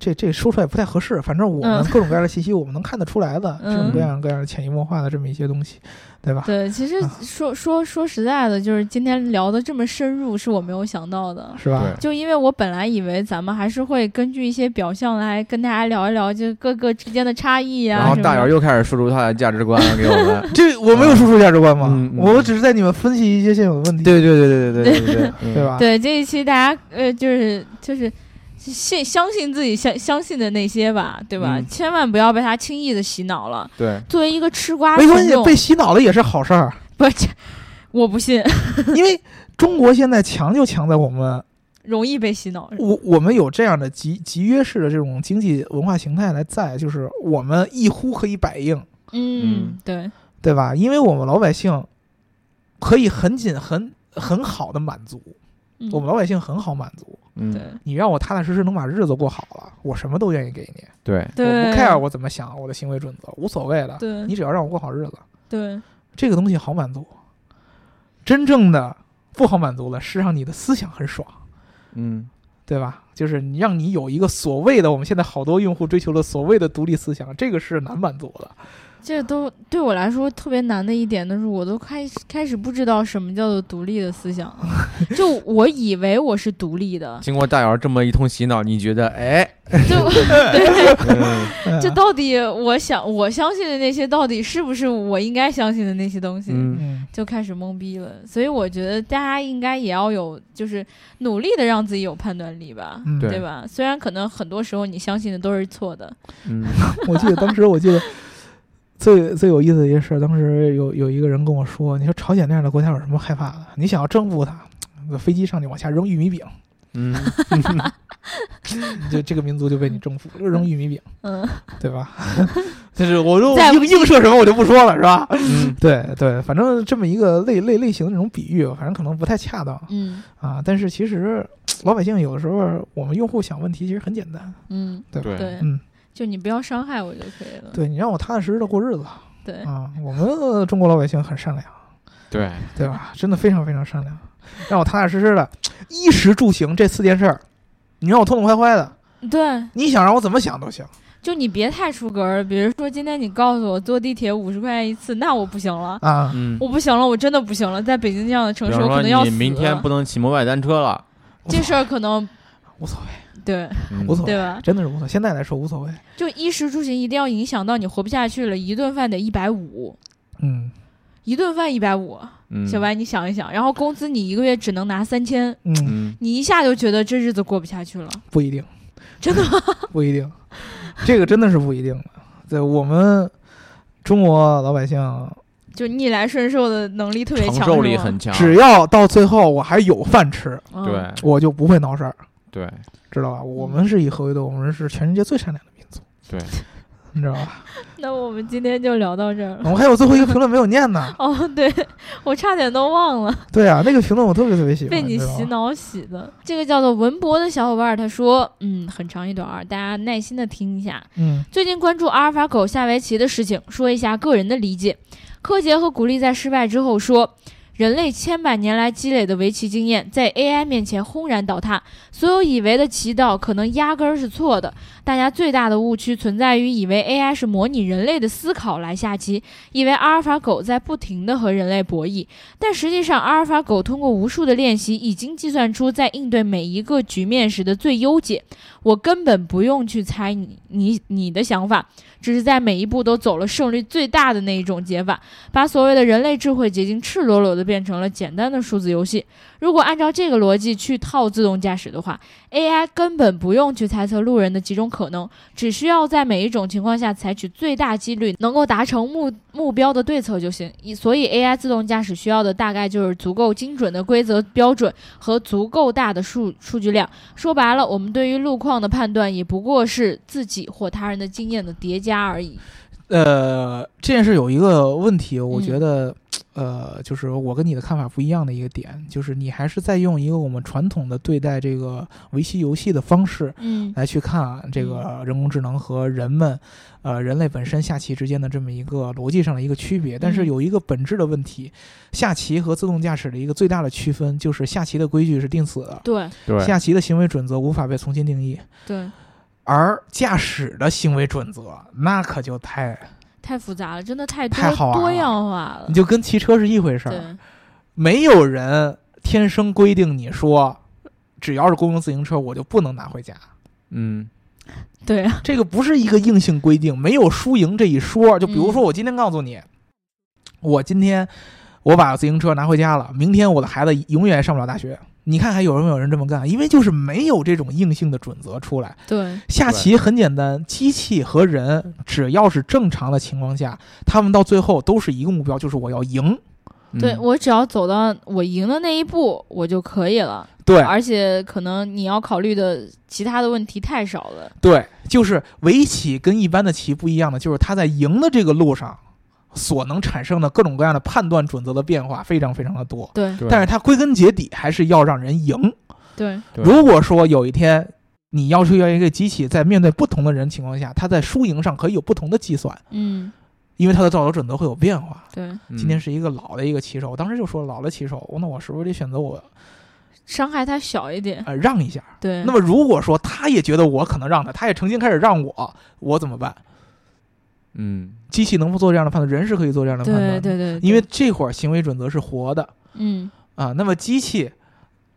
这这说出来也不太合适，反正我们
嗯
各种各样的信息，我们能看得出来的，
嗯
这种各样各样的潜移默化的这么一些东西，对吧？
对，其实
啊
说说说实在的，就是今天聊的这么深入，是我没有想到的。
是吧？。
对
就因为我本来以为咱们还是会根据一些表象来跟大家聊一聊，就各个之间的差异呀、
然后大
什么
姚
的
又开始输出他的价值观了给我
<laughs>
们
这我没有输出价值观嘛，
嗯嗯
我只是在你们分析一些现有的问题，
对对对对对对对对，
对
嗯？
吧？
对这一期大家呃，就是就是信相信自己相相信的那些吧，对吧？
嗯
千万不要被他轻易的洗脑了。
对，
作为一个吃瓜
没关
群
系，
众，
被洗脑了也是好事儿。
不是，我不信， <laughs>
因为中国现在强就强在我们，
容易被洗脑。
我我们有这样的集集约式的这种经济文化形态来在，就是我们一呼可以百应，
嗯，对
对吧？因为我们老百姓可以很紧很很好的满足，
嗯
我们老百姓很好满足。
对
嗯
你让我踏踏实实能把日子过好了，我什么都愿意给你，
对，
对，
我不 care 我怎么想，我的行为准则无所谓的。
对
你只要让我过好日子，
对
这个东西好满足。真正的不好满足的是让你的思想很爽。
嗯
对吧？就是你让你有一个所谓的我们现在好多用户追求的所谓的独立思想，这个是难满足的。
这都对我来说特别难的一点，就是我都开始开始不知道什么叫做独立的思想了， <laughs> 就我以为我是独立
<laughs>
的，
经过大姚这么一通洗脑，你觉得哎，
啊
<laughs>
就对，
嗯
<laughs>
嗯
这到底我想我相信的那些，到底是不是我应该相信的那些东西？
嗯
嗯，
就开始懵逼了，所以我觉得大家应该也要有，就是努力的让自己有判断力吧，
嗯
对
对吧？虽然可能很多时候你相信的都是错的，
嗯，
<laughs> 我记得当时，我记得最最有意思的一件事，当时有有一个人跟我说：“你说朝鲜那样的国家有什么害怕的？你想要征服它，那飞机上去往下扔玉米饼，
嗯，
你就这个民族就被你征服，就扔玉米饼，
嗯，
对吧？” <laughs> 就是我说
再
映映射什么我就不说了，是吧？
嗯
<laughs> 对对，反正这么一个类类类型的这种比喻，反正可能不太恰当
嗯
啊。但是其实老百姓有的时候，我们用户想问题其实很简单，
嗯，
对吧？
对，
嗯，
就你不要伤害我就可以了，
对你让我踏踏实实的过日子
对，
啊。我们呃中国老百姓很善良。
对，
对吧？真的非常非常善良，让我踏踏实实的，衣食住行这四件事儿，你让我痛痛快快的，
对，
你想让我怎么想都行。
就你别太出格儿。比如说今天你告诉我坐地铁五十块钱一次，那我不行了，
啊，
嗯，
我不行了，我真的不行了。在北京这样的城
比
市，
方
我
说
可能要
你
死
明天
了
不能骑摩拜单车了，
这事儿可能
无所谓，
对
<laughs> 嗯
无所谓，
对吧？
真的是无所谓。现在来说无所谓，
就衣食住行一定要影响到你活不下去了，一顿饭得一百五。
嗯
一顿饭一百五，
嗯
小白，你想一想，然后工资你一个月只能拿三千，
嗯，
嗯，
你一下就觉得这日子过不下去了，
不一定，
真的吗？
<laughs> 不一定，这个真的是不一定的。对我们中国老百姓，
就逆来顺受的能力特别
承
强，嗯
受力很强，
只要到最后我还有饭吃，
强
对
我就不会闹事儿，
对
知道吧？我
嗯
们是以和为贵，我们是全世界最善良的民族，
对，
<laughs> 你知道吧？
那我们今天就聊到这儿
我
哦
了。
们还有最后一个评论没有
<laughs>
念呢。
哦，对，我差点都忘了，
对啊，那个评论我特别特别喜欢，
被你
知道吧
洗脑洗的。这个叫做文博的小伙伴他说，嗯，很长一段啊，大家耐心的听一下。
嗯
最近关注阿尔法狗下围棋的事情，说一下个人的理解。柯洁和古力在失败之后说，人类千百年来积累的围棋经验，在 AI 面前轰然倒塌。所有以为的棋道，可能压根儿是错的。大家最大的误区存在于以为 AI 是模拟人类的思考来下棋，以为阿尔法狗在不停地和人类博弈。但实际上，阿尔法狗通过无数的练习，已经计算出在应对每一个局面时的最优解。我根本不用去猜你你你的想法，只是在每一步都走了胜率最大的那一种解法，把所谓的人类智慧结晶赤裸裸的变成了简单的数字游戏。如果按照这个逻辑去套自动驾驶的话，AI 根本不用去猜测路人的几种可能，只需要在每一种情况下采取最大几率能够达成目目标的对策就行。以所以 AI 自动驾驶需要的大概就是足够精准的规则标准和足够大的数数据量。说白了，我们对于路况的判断也不过是自己或他人的经验的叠加而已。
呃，这件事有一个问题，我
嗯
觉得，呃，就是我跟你的看法不一样的一个点，就是你还是在用一个我们传统的对待这个围棋游戏的方式
嗯
来去看这个人工智能和人们，呃，人类本身下棋之间的这么一个逻辑上的一个区别。但是
嗯
有一个本质的问题，下棋和自动驾驶的一个最大的区分就是下棋的规矩是定死的，
对
对
下棋的行为准则无法被重新定义，
对，
而驾驶的行为准则那可就太。
太复杂了，真的太多
太好玩了
多样化了
你。就跟骑车是一回事儿。
对，
没有人天生规定你说，只要是公共自行车我就不能拿回家，
嗯
对啊，
这个不是一个硬性规定，没有输赢这一说。就比如说我今天告诉你，我今天我把自行车拿回家了，明天我的孩子永远上不了大学。你看还有没有人这么干？因为就是没有这种硬性的准则出来。
对，
下棋很简单，机器和人只要是正常的情况下，他们到最后都是一个目标，就是我要赢。
对
嗯
我只要走到我赢的那一步，我就可以了。
对，
而且可能你要考虑的其他的问题太少了。
对，就是围棋跟一般的棋不一样的，就是它在赢的这个路上所能产生的各种各样的判断准则的变化非常非常的多。
对
对
但是它归根结底还是要让人赢。
对，
对
如果说有一天你要求要一个机器在面对不同的人情况下，它在输赢上可以有不同的计算，
嗯，
因为它的道德准则会有变化。
对，
嗯
今天是一个老的一个棋手，我当时就说老的棋手，那我是不是得选择我
伤害它小一点。
呃，让一下。
对，
那么如果说他也觉得我可能让他，他也诚心开始让我，我怎么办？
嗯
机器能不做这样的判断，人是可以做这样的判断
对
的。
对对，对
因为这会儿行为准则是活的
嗯
啊。那么机器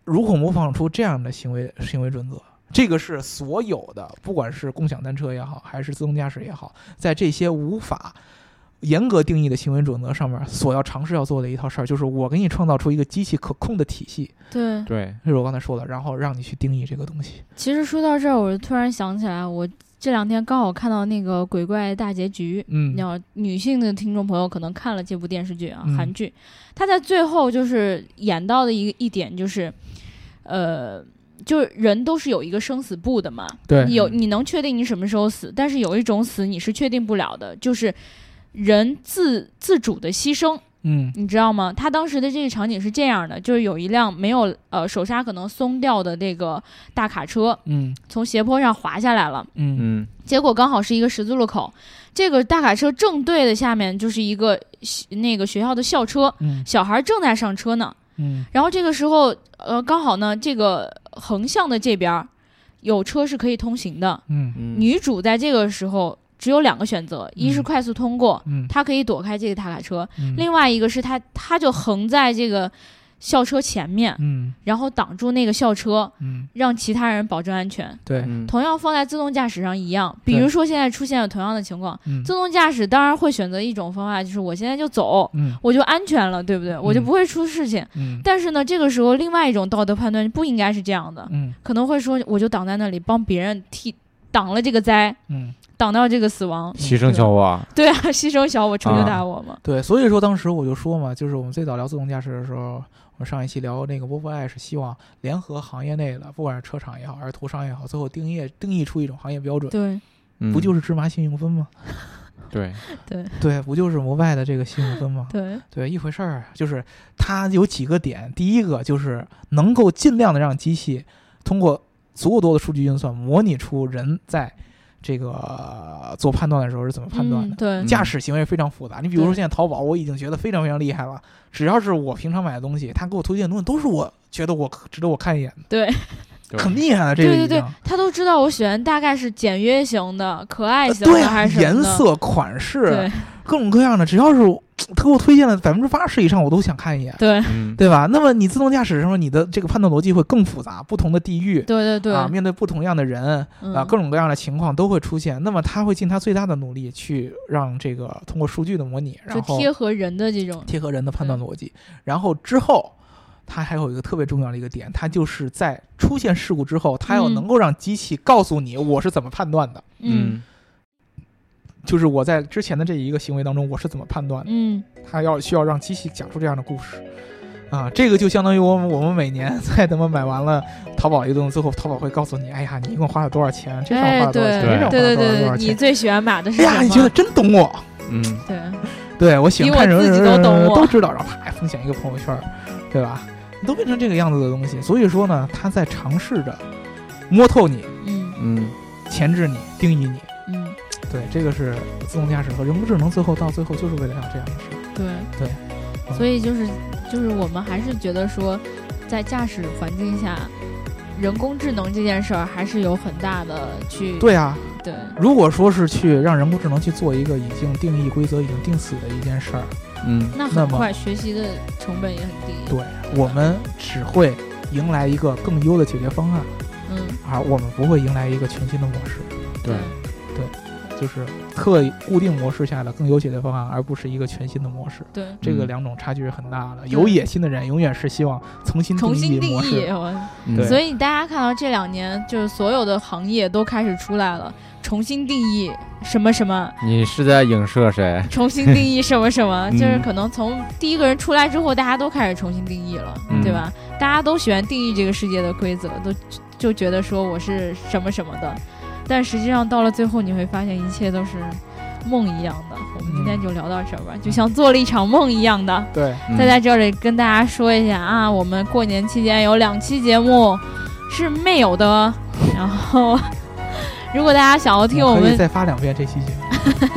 如果模仿出这样的行为行为准则，这个是所有的，不管是共享单车也好，还是自动驾驶也好，在这些无法严格定义的行为准则上面，所要尝试要做的一套事儿，就是我给你创造出一个机器可控的体系，
对。
对，
这是我刚才说的，然后让你去定义这个东西。
其实说到这儿，我就突然想起来，我这两天刚好看到那个《鬼怪大结局》，
嗯
你要女性的听众朋友可能看了这部电视剧啊，
嗯
韩剧，她在最后就是演到的一个一点就是，呃，就是人都是有一个生死簿的嘛，
对嗯
有你能确定你什么时候死，但是有一种死你是确定不了的，就是人自自主的牺牲，
嗯
你知道吗？他当时的这个场景是这样的，就是有一辆没有呃手刹可能松掉的这个大卡车
嗯
从斜坡上滑下来了。
嗯
嗯
结果刚好是一个十字路口，这个大卡车正对的下面就是一个学那个学校的校车，
嗯
小孩正在上车呢。
嗯
然后这个时候，呃，刚好呢，这个横向的这边儿有车是可以通行的。
嗯
嗯
女主在这个时候只有两个选择，一是
嗯
快速通过，
嗯
她可以躲开这个大卡车；
嗯，
另外一个是她，她就横在这个校车前面，
嗯
然后挡住那个校车，
嗯
让其他人保证安全。
对，
嗯
同样放在自动驾驶上一样，比
对
如说现在出现了同样的情况，
嗯
自动驾驶当然会选择一种方法，就是我现在就走，
嗯
我就安全了，对不对？我就
嗯
不会出事情。
嗯
但是呢，这个时候另外一种道德判断不应该是这样的，
嗯
可能会说我就挡在那里帮别人替挡了这个灾，
嗯，
挡到这个死
<laughs>
亡。
牺牲小我，
对啊，牺牲小我，成就大我嘛。
对，所以说当时我就说嘛，就是我们最早聊自动驾驶的时候，我上一期聊那个 w o l f i 是希望联合行业内的，不管是车厂也好，还是图商也好，最后定义定义出一种行业标准，
对
嗯
不就是是芝麻信用分吗？
嗯对，
对，不就是摩拜的这个信用分吗？
<laughs> 对
对，一回事儿，啊就是它有几个点，第一个就是能够尽量的让机器通过足够多的数据运算，模拟出人在这个呃做判断的时候是怎么判断
嗯
的。
对
嗯
驾驶行为非常复杂，你比如说
对
现在淘宝，我已经觉得非常非常厉害了。只要是我平常买的东西，他给我推荐的东西都是我觉得我可值得我看一眼的，
对
对
很厉害的啊这个
对对
已经
对，他都知道我喜欢大概是简约型的、可爱型
对
的还
啊，
是什么
颜
的。
色、款式
对
各种各样的，只要是我他给我推荐了百分之八十以上，我都想看一眼。
对
嗯
对吧？那么你自动驾驶的时候，你的这个判断逻辑会更复杂，不同的地域
对对对
啊，面对不同样的人啊，
嗯
各种各样的情况都会出现。那么他会尽他最大的努力去让这个通过数据的模拟，
就
然后
贴合人的这种，
贴合人
嗯
的判断逻辑，然后之后。它还有一个特别重要的一个点，它就是在出现事故之后，它要
嗯
能够让机器告诉你我是怎么判断的，
嗯
就是我在之前的这一个行为当中我是怎么判断的。
嗯，
他要需要让机器讲出这样的故事，啊，这个就相当于我们我们每年在他妈买完了淘宝一个东西，最后淘宝会告诉你，哎呀，你一共花了多少钱，这上花
哎，
了多少钱，
对
那上花
对
了多
对
少多
对，
少
你
钱。
最喜欢买的是
哎
什
呀，
么？
你觉得真懂我？
嗯
对，
对我喜欢看人，
比我自己
人
都懂我
人都知道，然后啪分享一个朋友圈，对吧？都变成这个样子的东西，所以说呢，他在尝试着摸透你、
嗯
嗯
钳制你、定义你。
嗯，
对，这个是自动驾驶和人工智能最后到最后就是为了要这样的事。
对
对嗯
所以就是就是我们还是觉得说，在驾驶环境下，人工智能这件事儿还是有很大的去
对啊，
对
如果说是去让人工智能去做一个已经定义规则、已经定死的一件事儿，
嗯
那
那
很
么
快学习的成本也很低，
对我们只会迎来一个更优的解决方案，
嗯，
而我们不会迎来一个全新的模式，
对
就是特意固定模式下的更优解决方案，而不是一个全新的模式。
对，
这个
嗯
两种差距是很大的。有野心的人永远是希望重新
重
定
新
义
定
模
义
式，
我。
嗯
对
所以大家看到这两年，就是所有的行业都开始出来了，重新定义什么什么，
你是在影射谁？
重新定义什么什么，
嗯
就是可能从第一个人出来之后，大家都开始重新定义了，
嗯
对吧？大家都喜欢定义这个世界的规则，都就觉得说我是什么什么的，但实际上到了最后，你会发现一切都是梦一样的。我们今天就聊到这儿吧，就像做了一场梦一样的。
对，
嗯
嗯
再在这里跟大家说一下啊，我们过年期间有两期节目是没有的，然后如果大家想要听我
哦可以
们，
再发两遍这期节目。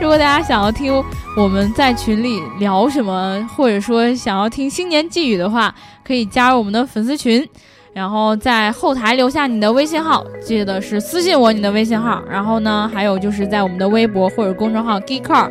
如果大家想要听我们在群里聊什么，或者说想要听新年寄语的话，可以加入我们的粉丝群，然后在后台留下你的微信号，记得是私信我你的微信号。然后呢，还有就是在我们的微博或者公众号 Geek Car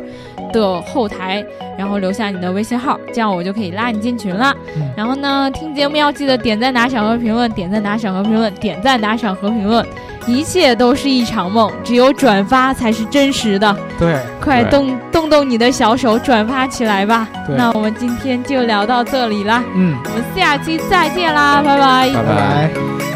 的后台，然后留下你的微信号，这样我就可以拉你进群了。
嗯
然后呢，听节目要记得点赞、打赏和评论，点赞、打赏和评论，点赞、打赏和评论。一切都是一场梦，只有转发才是真实的。
对，
快
对
动动动你的小手，转发起来吧。
对
那我们今天就聊到这里啦，
嗯，
我们下期再见啦，拜拜
拜
拜拜。